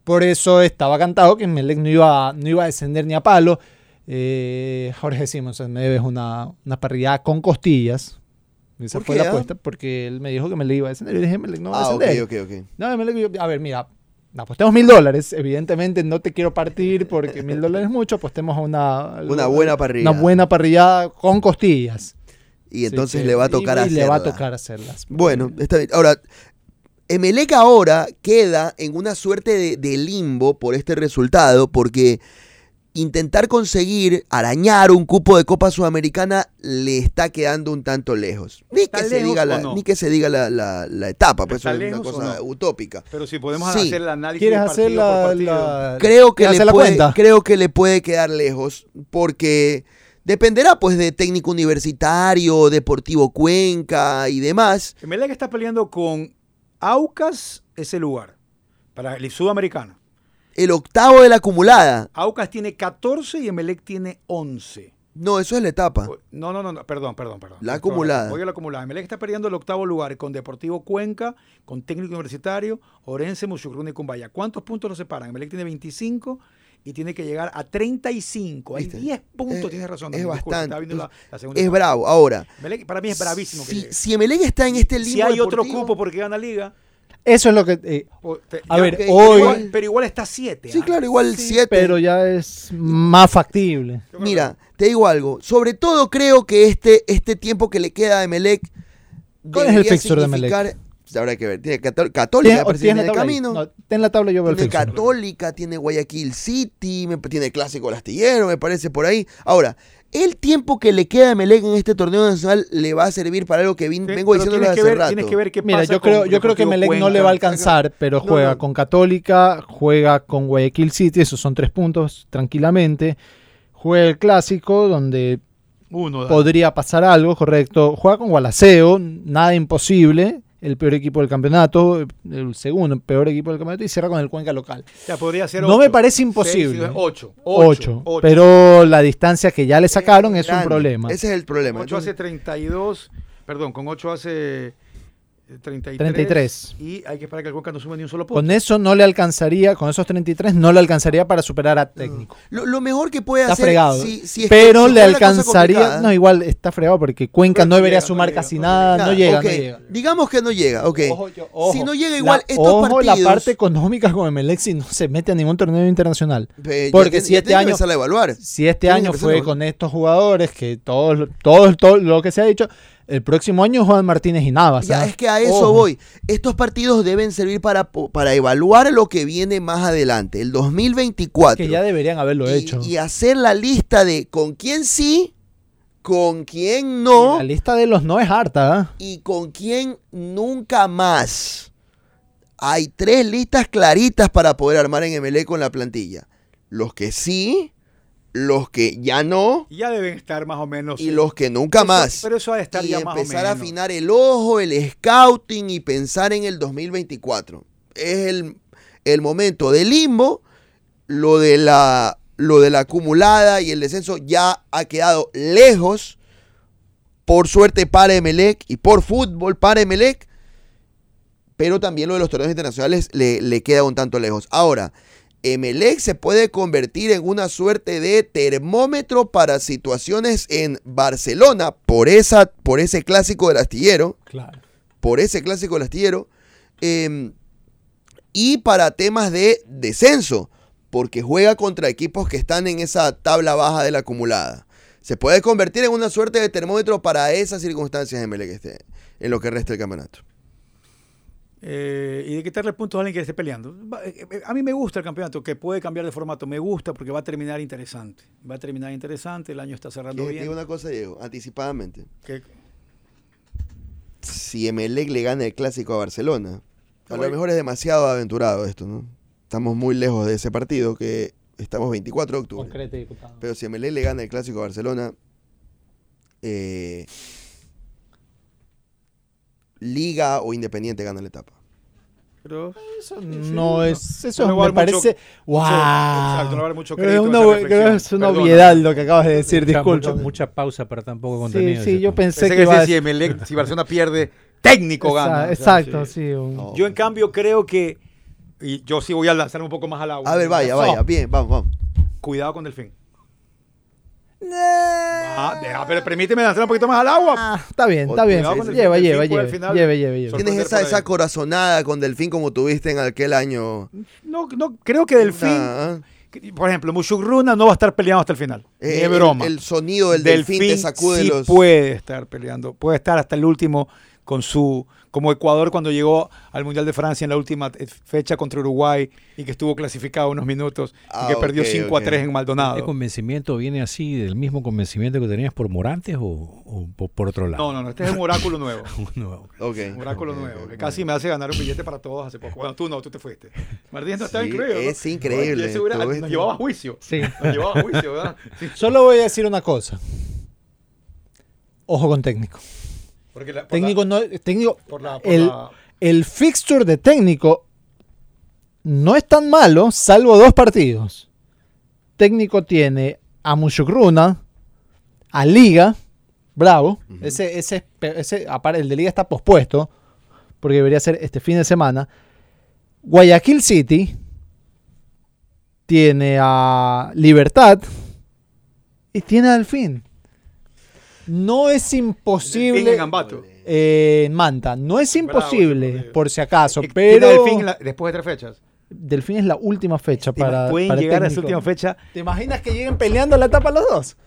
D: Por eso estaba cantado que Emelec no iba, no iba a descender ni a palo. Eh, Jorge Simonsen, me debes una, una parrillada con costillas. Esa
E: ¿Por
D: fue
E: qué,
D: la
E: ah?
D: apuesta, porque él me dijo que Emelec iba a descender. Y dije, Emelec no va a
E: Ah, ok,
D: descender.
E: ok, ok.
D: No, Emelec, yo- a ver, mira, apostemos mil dólares. Evidentemente no te quiero partir porque mil dólares es mucho. Apostemos a una,
E: Una buena parrilla.
D: una buena parrillada con costillas. Así
E: Y entonces
D: que-
E: le va a tocar
D: y- y
E: hacerla.
D: le va a tocar hacerlas.
E: Bueno,
G: Eh,
E: está bien. Ahora, Emelec ahora queda en una suerte de, de limbo por este resultado, porque intentar conseguir arañar un cupo de Copa Sudamericana le está quedando un tanto lejos. Ni
G: ¿Está
E: que se
G: lejos
E: diga
G: o
E: la,
G: no?
E: ni que se diga la, la- la etapa, pues
G: ¿Está
E: eso es una
G: lejos o
E: cosa
G: no?
E: utópica.
G: Pero si podemos
E: Sí.
G: hacer el análisis
D: ¿Quieres
G: partido
D: hacer
G: por
D: la,
G: partido.
D: la-
E: Creo que,
D: ¿Quieres
E: le
D: hacer la
E: puede,
D: cuenta?
E: creo que le puede quedar lejos porque dependerá pues de técnico universitario, deportivo Cuenca y demás.
G: Emelec está peleando con Aucas, ese lugar, para el sudamericano.
E: El octavo de la acumulada.
G: Aucas tiene 14 y Emelec tiene 11.
E: No, eso es la etapa.
G: No, no, no, no, perdón, perdón, perdón.
E: Ah. La acumulada.
G: Voy a la acumulada. Emelec está perdiendo el octavo lugar con Deportivo Cuenca, con Técnico Universitario, Orense, Musucruna y Cumbaya. ¿Cuántos puntos nos separan? Emelec tiene 25 y tiene que llegar a 35. Hay
E: ¿Viste?
G: 10 puntos,
E: Es-
G: tienes razón.
E: es
G: Daniel, disculpa,
E: bastante.
G: estaba viendo la- la segunda
E: Es
G: etapa.
E: bravo. Ahora,
G: Emelec, para mí es bravísimo. que
E: si,
G: llegue.
E: si Emelec está en este limbo
G: si hay otro
E: deportivo-
G: cupo porque gana liga.
D: Eso es lo que... eh,
G: o te-
D: a
G: ya-
D: ver,
E: ok,
D: hoy...
G: Igual- pero igual está ah. 7.
E: Sí, claro, igual
D: sí,
E: 7.
D: Pero ya es más factible.
E: Mira, te digo algo. Sobre todo creo que este, este tiempo que le queda a Emelec.
D: ¿Cuál es el
E: debería
D: fixture de Emelec?
E: significar- Habrá que ver. Tiene cató- Católica,
D: Tien-
E: me parece que
D: tienes
E: tiene
D: la tabla ahí.
E: camino.
D: No, ten la tabla y yo veo el
E: tiene
D: fixture.
E: Católica, tiene Guayaquil City, me- tiene Clásico El Astillero, me parece por ahí. Ahora, el tiempo que le queda a Emelec en este torneo nacional le va a servir para algo que vin- vengo diciéndolo
G: tienes
E: hace
G: que ver,
E: rato.
G: Tienes que ver qué
D: Mira,
G: pasa
D: yo creo,
G: con
D: yo creo que
G: Deportivo
D: Melec no le
G: Cuenca.
D: va a alcanzar, pero
E: No,
D: juega
E: no.
D: con Católica, juega con Guayaquil City, esos son tres puntos tranquilamente. Juega el clásico, donde
G: Uno, Dani.
D: podría pasar algo, correcto. Juega con Gualaceo, nada imposible, el peor equipo del campeonato, el segundo peor equipo del campeonato, y cierra con el Cuenca local.
G: Ya podría ser
D: No
G: ocho.
D: me parece
G: Seis,
D: imposible.
G: siete, ocho.
D: Ocho,
G: Ocho. ocho.
D: pero la distancia que ya le sacaron es un
E: Grande.
D: problema.
E: Ese es el problema.
G: Ocho hace
E: Entonces,
G: 32. Perdón, con 8 hace eh, 33.
D: 33.
G: Y hay que esperar que el Cuenca no sume ni un solo punto.
D: Con eso no le alcanzaría, con esos 33 no le alcanzaría para superar a técnico.
E: lo, lo mejor que puede
D: Está
E: hacer.
D: fregado.
E: si- si es que-
D: pero
E: si
D: le
E: fuera la cosa
D: alcanzaría.
E: complicada-
D: No, igual está fregado porque Cuenca
G: Pero
D: no
G: no
D: debería
G: llega, no
D: sumar
G: llega,
D: casi
G: no
D: nada. No llega,
E: ok.
D: no llega.
E: Digamos que no llega, ok.
D: Ojo, yo- ojo.
E: Si no llega
D: La-
E: igual, estos
D: ojo,
E: partidos.
D: la parte económica con Emelec si no se mete a ningún torneo internacional.
E: Ve, ya
D: porque
E: tiene-
D: si
E: ya
D: este
E: tiene que
D: año-
E: empezar a evaluar.
D: Si este
E: Tienen que
D: año
E: empezar a
D: fue
E: vol-
D: con estos jugadores, que todo, todo, todo lo que se ha dicho, el próximo año Juan Martínez y Navas.
E: Ya,
D: ¿ah?
E: es que a eso
D: Ojo.
E: voy. Estos partidos deben servir para, po- para evaluar lo que viene más adelante, el 2024.
D: Que ya deberían haberlo
E: y,
D: hecho.
E: y hacer la lista de con quién sí, con quién
D: La
E: no
D: lista de los no es harta. ¿ah?
E: y con quién nunca más. Hay tres listas claritas para poder armar en MLE con la plantilla. Los que sí, los que ya no
G: Ya deben estar más o menos.
E: y
G: eh,
E: los que nunca
G: eso-
E: más.
G: Pero eso ha de estar
E: y
G: ya más o menos.
E: empezar a afinar el ojo, el scouting y pensar en el 2024. Es el, el momento del limbo, lo de la lo de la acumulada y el descenso ya ha quedado lejos. Por suerte para Emelec y por fútbol para Emelec. Pero también lo de los torneos internacionales le, le queda un tanto lejos. Ahora, Emelec se puede convertir en una suerte de termómetro para situaciones en Barcelona por, esa, por ese clásico del astillero
D: Claro.
E: por ese clásico del astillero. eh, y para temas de descenso, porque juega contra equipos que están en esa tabla baja de la acumulada. Se puede convertir en una suerte de termómetro para esas circunstancias, Emelec, este, en lo que resta del campeonato.
G: Eh, y de quitarle puntos a alguien que esté peleando. Va- eh, eh, A mí me gusta el campeonato, que puede cambiar de formato. Me gusta porque va a terminar interesante. Va a terminar interesante, el año está cerrando
E: Dije-
G: bien.
E: dije una cosa, Diego, anticipadamente.
G: Que-
E: Si Emelec le gana el clásico a Barcelona, a
G: Oye.
E: lo mejor es demasiado aventurado esto, ¿no? Estamos muy lejos de ese partido que estamos 24 de octubre.
D: Concrete, diputado.
E: Pero si Emelec le gana el clásico a Barcelona, eh, Liga o Independiente gana la etapa.
G: pero
D: Eso no es. Eso
G: No le
D: me
G: voy a dar mucho-
D: parece. ¡Wow!
G: exacto, no le voy a dar mucho crédito
D: es
G: a
D: una,
G: esa
D: obvi-
G: reflexión.
D: creo que es una
G: Perdona.
D: obviedad lo que acabas de decir,
F: Mucha- mucha,
D: disculpa.
F: mucha pausa para tan poco
D: Sí,
F: contenido.
D: sí,
F: dices
D: yo
F: tú.
D: pensé
G: pensé
D: que
G: que
D: iba a
G: si
D: decir-
G: Emelec, si Barcelona pierde, técnico gana.
D: Exa-
G: o sea,
D: Exacto,
G: sí.
D: sí. un-
E: No.
G: Yo en cambio creo que, y yo sí voy a lanzar un poco más al agua. Oh,
E: A ver, vaya, vaya, bien, vamos, vamos.
G: Cuidado con Delfín. Ah, deja, pero permíteme lanzar un poquito más al agua.
D: Ah, está bien, está
E: Cuidado
D: bien.
G: con el
D: Lleva,
G: fin-
D: lleva,
G: fin por
D: lleva,
G: el final.
D: lleva, lleva, lleva.
G: Sorpresa.
E: Tienes esa,
G: por ahí.
E: esa corazonada con Delfín como tuviste en aquel año.
G: No, no creo que Delfín,
E: Nah,
G: que- por ejemplo, Mushugruna no va a estar peleando hasta el final.
E: eh,
G: Ni de
E: el-
G: broma.
E: El, sonido del delfín, te sacude
G: sí
E: los.
G: puede estar peleando, puede estar hasta el último con su como Ecuador cuando llegó al Mundial de Francia en la última eh, fecha contra Uruguay y que estuvo clasificado unos minutos
E: Ah,
G: y que perdió
E: ok,
G: 5
E: ok.
G: a 3 en
F: ¿El
G: Maldonado.
F: convencimiento viene así del mismo convencimiento que tenías por Morantes o, o po- por otro lado?
G: No, no, no, este es un oráculo nuevo.
F: No.
E: Ok.
G: Un oráculo
E: Ok,
G: nuevo,
E: ok,
G: que
E: ok.
G: casi me hace ganar un billete para todos hace poco. Bueno, tú no, tú te fuiste. Martínez no estaba
E: Sí,
G: incluido. ¿no?
E: es increíble
G: Oye, ese hubiera-
E: todo esto.
G: nos llevaba a juicio.
D: Sí.
G: Nos llevaba a juicio, ¿verdad? Sí.
D: Solo voy a decir una cosa. Ojo con técnico.
G: Porque la- por
D: Técnico no. Técnico.
G: la- por la- por
D: El,
G: la-
D: el fixture de técnico no es tan malo, salvo dos partidos. Técnico tiene a Mushukruna, a Liga, bravo. Ese, ese, ese- apar- el de Liga está pospuesto, porque debería ser este fin de semana. Guayaquil City tiene a Libertad y tiene al fin. No es imposible.
G: Delfín en Ambato.
D: Eh, en Manta. No es
G: Bravo,
D: imposible,
G: Diego.
D: por si acaso,
G: Y tiene
D: pero
G: a Delfín en la- después de tres fechas.
D: Delfín es la última fecha para.
G: pueden
D: para
G: llegar a esa
D: técnico.
G: última fecha.
D: ¿Te imaginas que lleguen peleando la etapa los dos?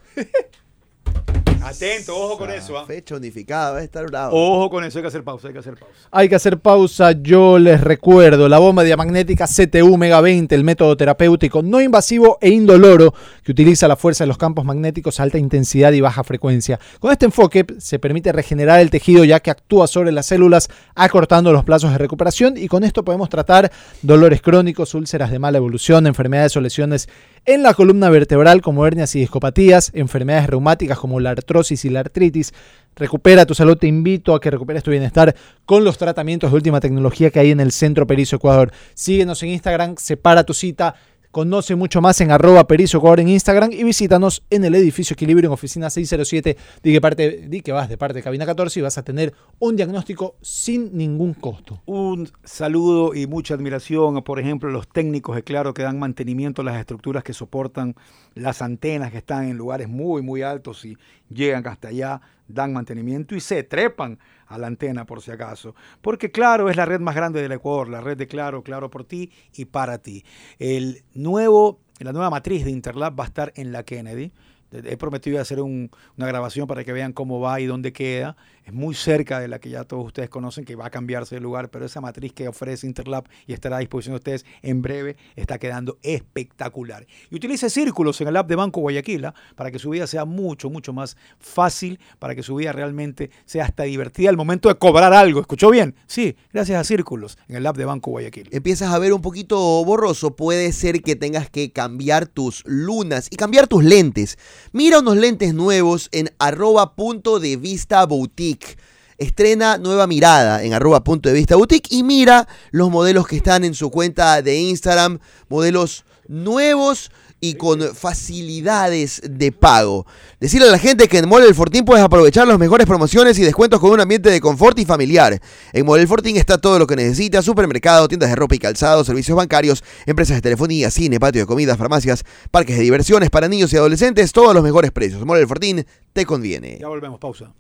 G: Atento, ojo con
E: Ah,
G: eso. ¿ah? Oh.
E: Fecha unificada, va a estar bravo.
G: Ojo con eso, hay que hacer pausa, hay que hacer pausa.
D: Hay que hacer pausa, yo les recuerdo, la bomba diamagnética CTU Mega 20, el método terapéutico no invasivo e indoloro que utiliza la fuerza de los campos magnéticos a alta intensidad y baja frecuencia. Con este enfoque se permite regenerar el tejido ya que actúa sobre las células acortando los plazos de recuperación y con esto podemos tratar dolores crónicos, úlceras de mala evolución, enfermedades o lesiones en la columna vertebral como hernias y discopatías, enfermedades reumáticas como la artrosis y la artritis. Recupera tu salud, te invito a que recuperes tu bienestar con los tratamientos de última tecnología que hay en el Centro Perizo Ecuador. Síguenos en Instagram, separa tu cita, conoce mucho más en arroba Perizo Ecuador en Instagram y visítanos en el edificio Equilibrio en oficina 607. Di que, parte, di que vas de parte de cabina 14 y vas a tener un diagnóstico sin ningún costo.
G: Un saludo y mucha admiración, a, por ejemplo, los técnicos de Claro que dan mantenimiento a las estructuras que soportan las antenas que están en lugares muy, muy altos y llegan hasta allá, dan mantenimiento y se trepan a la antena por si acaso. Porque Claro es la red más grande del Ecuador, la red de Claro, Claro por ti y para ti. El nuevo, la nueva matriz de Interlab va a estar en la Kennedy. He prometido hacer un- una grabación para que vean cómo va y dónde queda. Es muy cerca de la que ya todos ustedes conocen, que va a cambiarse de lugar, pero esa matriz que ofrece Interlab y estará a disposición de ustedes en breve está quedando espectacular. Y utilice círculos en el app de Banco Guayaquila para que su vida sea mucho, mucho más fácil, para que su vida realmente sea hasta divertida al momento de cobrar algo. ¿Escuchó bien? Sí, gracias a círculos en el app de Banco Guayaquila.
E: empiezas a ver un poquito borroso, puede ser que tengas que cambiar tus lunas y cambiar tus lentes. Mira unos lentes nuevos en arroba punto de vista boutique. Estrena nueva mirada en arroba punto de vista boutique y mira los modelos que están en su cuenta de Instagram, modelos nuevos y con facilidades de pago. Decirle a la gente que en Mole del Fortín puedes aprovechar las mejores promociones y descuentos con un ambiente de confort y familiar. En Mole del Fortín está todo lo que necesitas, supermercado, tiendas de ropa y calzado, servicios bancarios, empresas de telefonía, cine, patio de comidas, farmacias, parques de diversiones para niños y adolescentes, todos los mejores precios. Mole del Fortín te conviene.
G: Ya volvemos, pausa.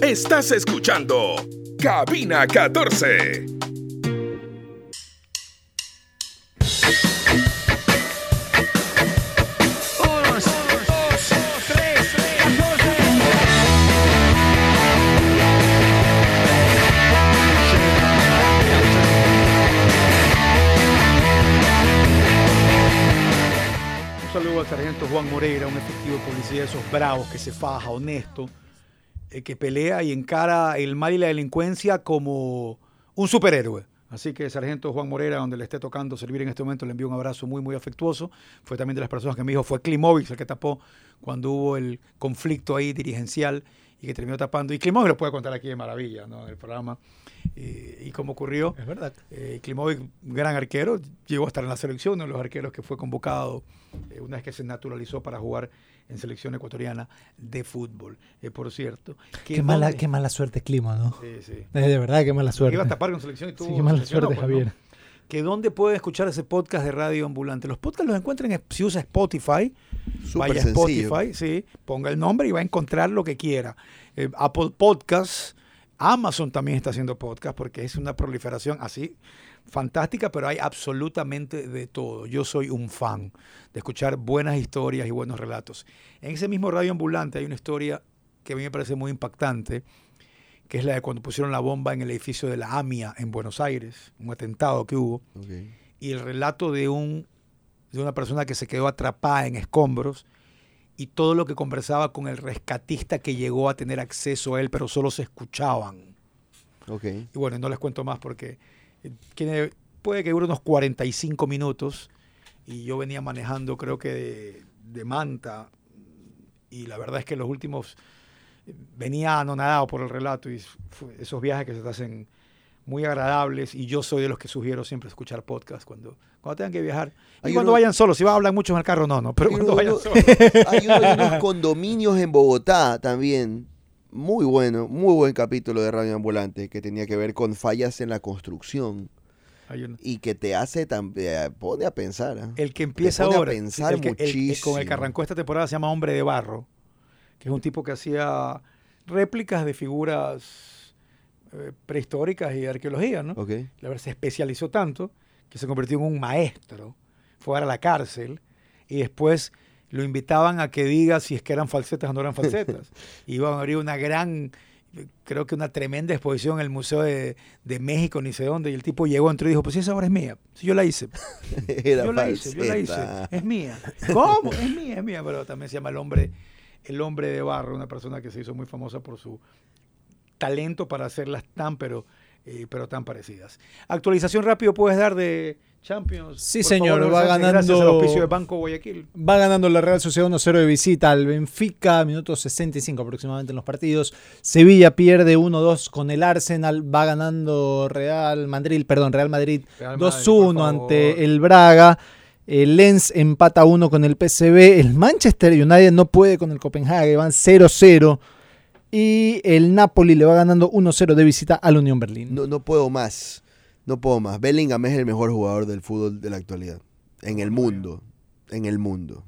A: Estás escuchando Cabina 14.
G: Un saludo al sargento Juan Moreira, un efectivo de policía de esos bravos que se faja, honesto, eh, que pelea y encara el mal y la delincuencia como un superhéroe. Así que, sargento Juan Moreira, donde le esté tocando servir en este momento, le envío un abrazo muy, muy afectuoso. Fue también de las personas que me dijo, fue Klimovic el que tapó cuando hubo el conflicto ahí dirigencial y que terminó tapando. Y Klimovic lo puede contar aquí de maravilla, ¿no? En el programa. Eh, y cómo ocurrió.
D: Es verdad.
G: Eh, Klimovic, gran arquero, llegó a estar en la selección, uno de los arqueros que fue convocado eh, una vez que se naturalizó para jugar en selección ecuatoriana de fútbol, eh, por cierto.
D: Qué, mala,
G: mal- eh.
D: qué mala suerte clima, ¿no?
G: Sí, sí.
D: Eh, De verdad, qué mala
G: Iba a
D: suerte.
G: tapar con selección y tuvo
D: Sí, qué mala
G: selección,
D: suerte,
G: no, pues,
D: Javier.
G: no. Que dónde pueden escuchar ese podcast de Radio Ambulante. Los podcasts los encuentran en- si usa Spotify.
E: Súper
G: vaya a
E: sencillo.
G: Spotify, sí, ponga el nombre y va a encontrar lo que quiera. Eh, Apple Podcasts, Amazon también está haciendo podcast porque es una proliferación así fantástica, pero hay absolutamente de todo. Yo soy un fan de escuchar buenas historias y buenos relatos. En ese mismo radio ambulante hay una historia que a mí me parece muy impactante, que es la de cuando pusieron la bomba en el edificio de la AMIA en Buenos Aires, un atentado que hubo
E: Ok.
G: y el relato de un de una persona que se quedó atrapada en escombros y todo lo que conversaba con el rescatista que llegó a tener acceso a él, pero solo se escuchaban.
E: Ok.
G: Y bueno, no les cuento más porque eh, tiene- puede que dure unos 45 minutos y yo venía manejando creo que de, de Manta y la verdad es que los últimos eh, venía anonadado por el relato y fue- esos viajes que se te hacen muy agradables y yo soy de los que sugiero siempre escuchar podcast cuando, cuando tengan que viajar. Y
E: Hay
G: cuando
E: uno-
G: vayan solos, si van a hablar mucho en el carro, no, no, pero
E: Hay
G: cuando
E: uno-
G: vayan
E: uno-
G: solos.
E: Hay uno de unos condominios en Bogotá también. Muy bueno, muy buen capítulo de Radio Ambulante que tenía que ver con fallas en la construcción
G: Hay uno-
E: y que te hace también pone a pensar. ¿ah?
G: El que empieza
E: pone a
G: ahora,
E: pensar
G: el que- el- el- con el que
E: muchísimo.
G: arrancó esta temporada se llama Hombre de Barro, que es un tipo que hacía réplicas de figuras eh, prehistóricas y de arqueología, ¿no?
E: Ok.
G: La verdad se especializó tanto que se convirtió en un maestro, fue a la cárcel y después lo invitaban a que diga si es que eran falsetas o no eran falsetas. Iban a abrir una gran, eh, creo que una tremenda exposición en el Museo de, de México, ni sé dónde, y el tipo llegó, entró y dijo, pues si esa obra es mía, si yo la hice
E: Era
G: yo la hice, yo la hice.
E: falseta.
G: Es mía. ¿Cómo? Es mía, es mía. Pero también se llama el hombre, el hombre de barro, una persona que se hizo muy famosa por su talento para hacerlas tan, pero, eh, pero tan parecidas. Actualización rápido puedes dar de Champions.
D: Sí,
G: Por
D: señor,
G: favor,
D: va
G: gracias, Gracias al
D: ganando-
G: auspicio de Banco Guayaquil.
D: Va ganando la Real Sociedad 1-0 de visita al Benfica, minutos 65 aproximadamente en los partidos. Sevilla pierde 1-2 con el Arsenal, va ganando Real Madrid, perdón, Real Madrid
G: Real Madrid, por
D: 2-1
G: favor.
D: ante el Braga. El Lens empata 1 con el PSV, el Manchester United no puede con el Copenhague, van 0-0 y el Napoli le va ganando 1-0 de visita al Unión Berlín.
E: No, no puedo más. No puedo más. Bellingham es el mejor jugador del fútbol de la actualidad. En el mundo. En el mundo.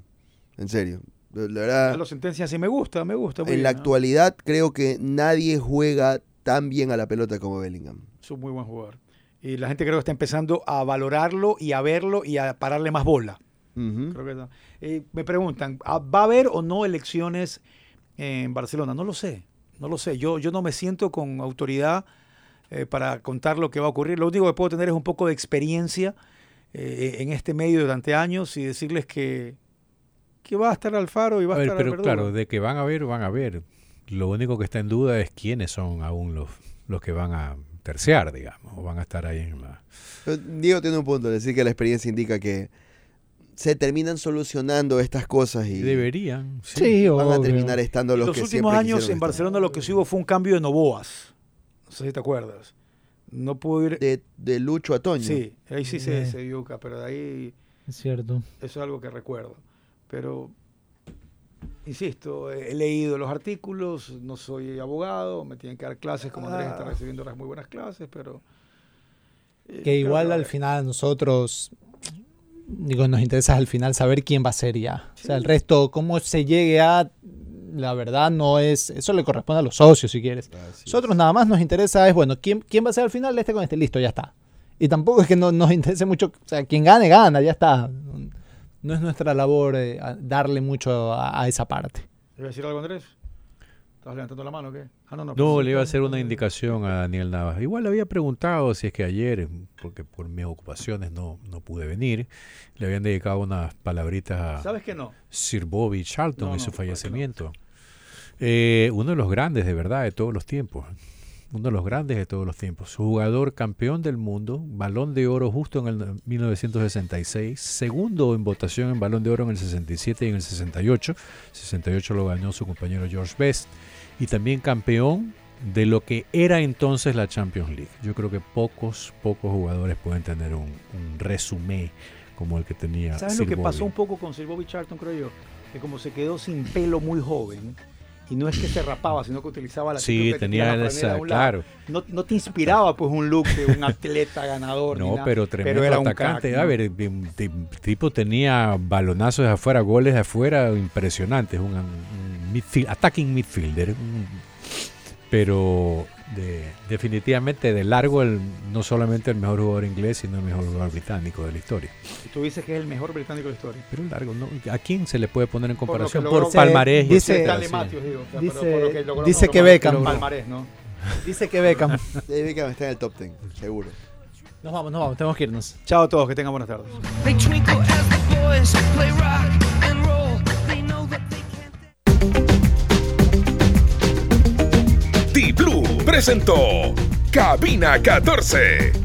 E: En serio. La la verdad.
G: A los sentencias sí me gusta, me gusta. muy
E: Ah. En la
G: bien, ¿no?
E: actualidad creo que nadie juega tan bien a la pelota como Bellingham.
G: Es un muy buen jugador. Y la gente creo que está empezando a valorarlo y a verlo y a pararle más bola.
E: Ujú.
G: Creo que no. Eh, me preguntan, ¿ah, ¿va a haber o no elecciones en Barcelona? No lo sé, no lo sé. Yo, yo no me siento con autoridad eh, para contar lo que va a ocurrir. Lo único que puedo tener es un poco de experiencia eh, en este medio durante años y decirles que, que va a estar Alfaro y va
F: A
G: a,
F: ver,
G: estar
F: pero
G: Verdugo.
F: claro, de que van a ver, van a ver. Lo único que está en duda es quiénes son aún los, los que van a terciar, digamos, o van a estar ahí en la...
E: Pero Diego tiene un punto, decir que la experiencia indica que se terminan solucionando estas cosas y
F: Deberían, sí.
D: Sí,
E: van a
D: obvio.
E: terminar estando
G: En
E: los,
G: los
E: que
G: últimos
E: siempre
G: años
E: quisieron
G: en
E: estar.
G: Barcelona lo que sí hubo fue un cambio de Novoas. No sé si te acuerdas. No pudo ir.
E: de, de Lucho a Toño.
G: Sí, ahí sí se,
D: Eh.
G: se yuca, pero de ahí
D: Es cierto.
G: eso es algo que recuerdo. Pero, insisto, he leído los artículos, no soy abogado, me tienen que dar clases, como Andrés está
D: Ah.
G: recibiendo unas muy buenas clases, pero... eh, creo
D: Que igual
G: vale.
D: al final a nosotros, digo, nos interesa al final saber quién va a ser ya. O sea, el resto, cómo se llegue a, la verdad no es, eso le corresponde a los socios si quieres. nosotros nada más nos interesa es, bueno, ¿quién, quién va a ser al final este con este, listo, ya está. Y tampoco es que no, nos interese mucho, o sea, quien gane, gana, ya está. No es nuestra labor eh, a- darle mucho a, a esa parte.
G: ¿Le voy a decir algo, Andrés? ¿Estás levantando la mano o qué? Ah, no, no.
F: No,
G: pues,
F: le iba a
G: está-
F: hacer una indicación a Daniel Navas. Igual le había preguntado si es que ayer, porque por mis ocupaciones no, no pude venir, le habían dedicado unas palabritas a
G: ¿Sabes que no?
F: Sir Bobby Charlton
G: No,
F: y
G: no,
F: su
G: ¿por qué no?
F: fallecimiento. Eh, uno de los grandes, de verdad, de todos los tiempos. Uno de los grandes de todos los tiempos. Jugador campeón del mundo, balón de oro justo en el 1966, segundo en votación en balón de oro en el 67 y en el 68. 68 lo ganó su compañero George Best y también campeón de lo que era entonces la Champions League. Yo creo que pocos, pocos jugadores pueden tener un, un resumen como el que tenía.
G: ¿Sabes
F: Sir
G: lo que
F: Bobby.
G: pasó un poco con Sir Bobby Charlton, creo yo? Que como se quedó sin pelo muy joven, y no es que se rapaba, sino que utilizaba la
F: Sí,
G: típica que
F: tenía
G: la franela
F: esa,
G: a un lado.
F: claro.
G: No, no te inspiraba pues un look de un atleta ganador. ni
F: No,
G: nada,
F: pero tremendo
G: un
F: atacante.
G: crack, ¿no?
F: A ver, el tipo tenía balonazos de afuera, goles de afuera impresionantes. Un, un midfield, attacking midfielder. un- pero de- definitivamente de largo, el, no solamente el mejor jugador inglés, sino el mejor jugador británico de la historia.
G: Y Tú dices que es el mejor británico de la historia.
F: Pero largo, ¿no? ¿a quién se le puede poner en
G: Por lo
F: comparación?
G: que
F: Por,
G: logró-
F: palmarés y
D: Dice- Sí,
F: etcétera,
G: Stanley
F: sí.
G: Matthews, digo. o sea,
D: Dice-
G: pero por lo que logró-
D: dice
G: no,
D: que
G: por lo
D: Beckham.
G: Palmarés, ¿no?
D: Dice que Beckham.
E: David Beckham está en el top 10, seguro.
D: Nos vamos, nos vamos, tenemos que irnos.
G: Chao a todos, que tengan buenas tardes.
C: They twinkle as the boys play rock and roll. They know that they can't dance.
A: T-Blue presentó Cabina 14.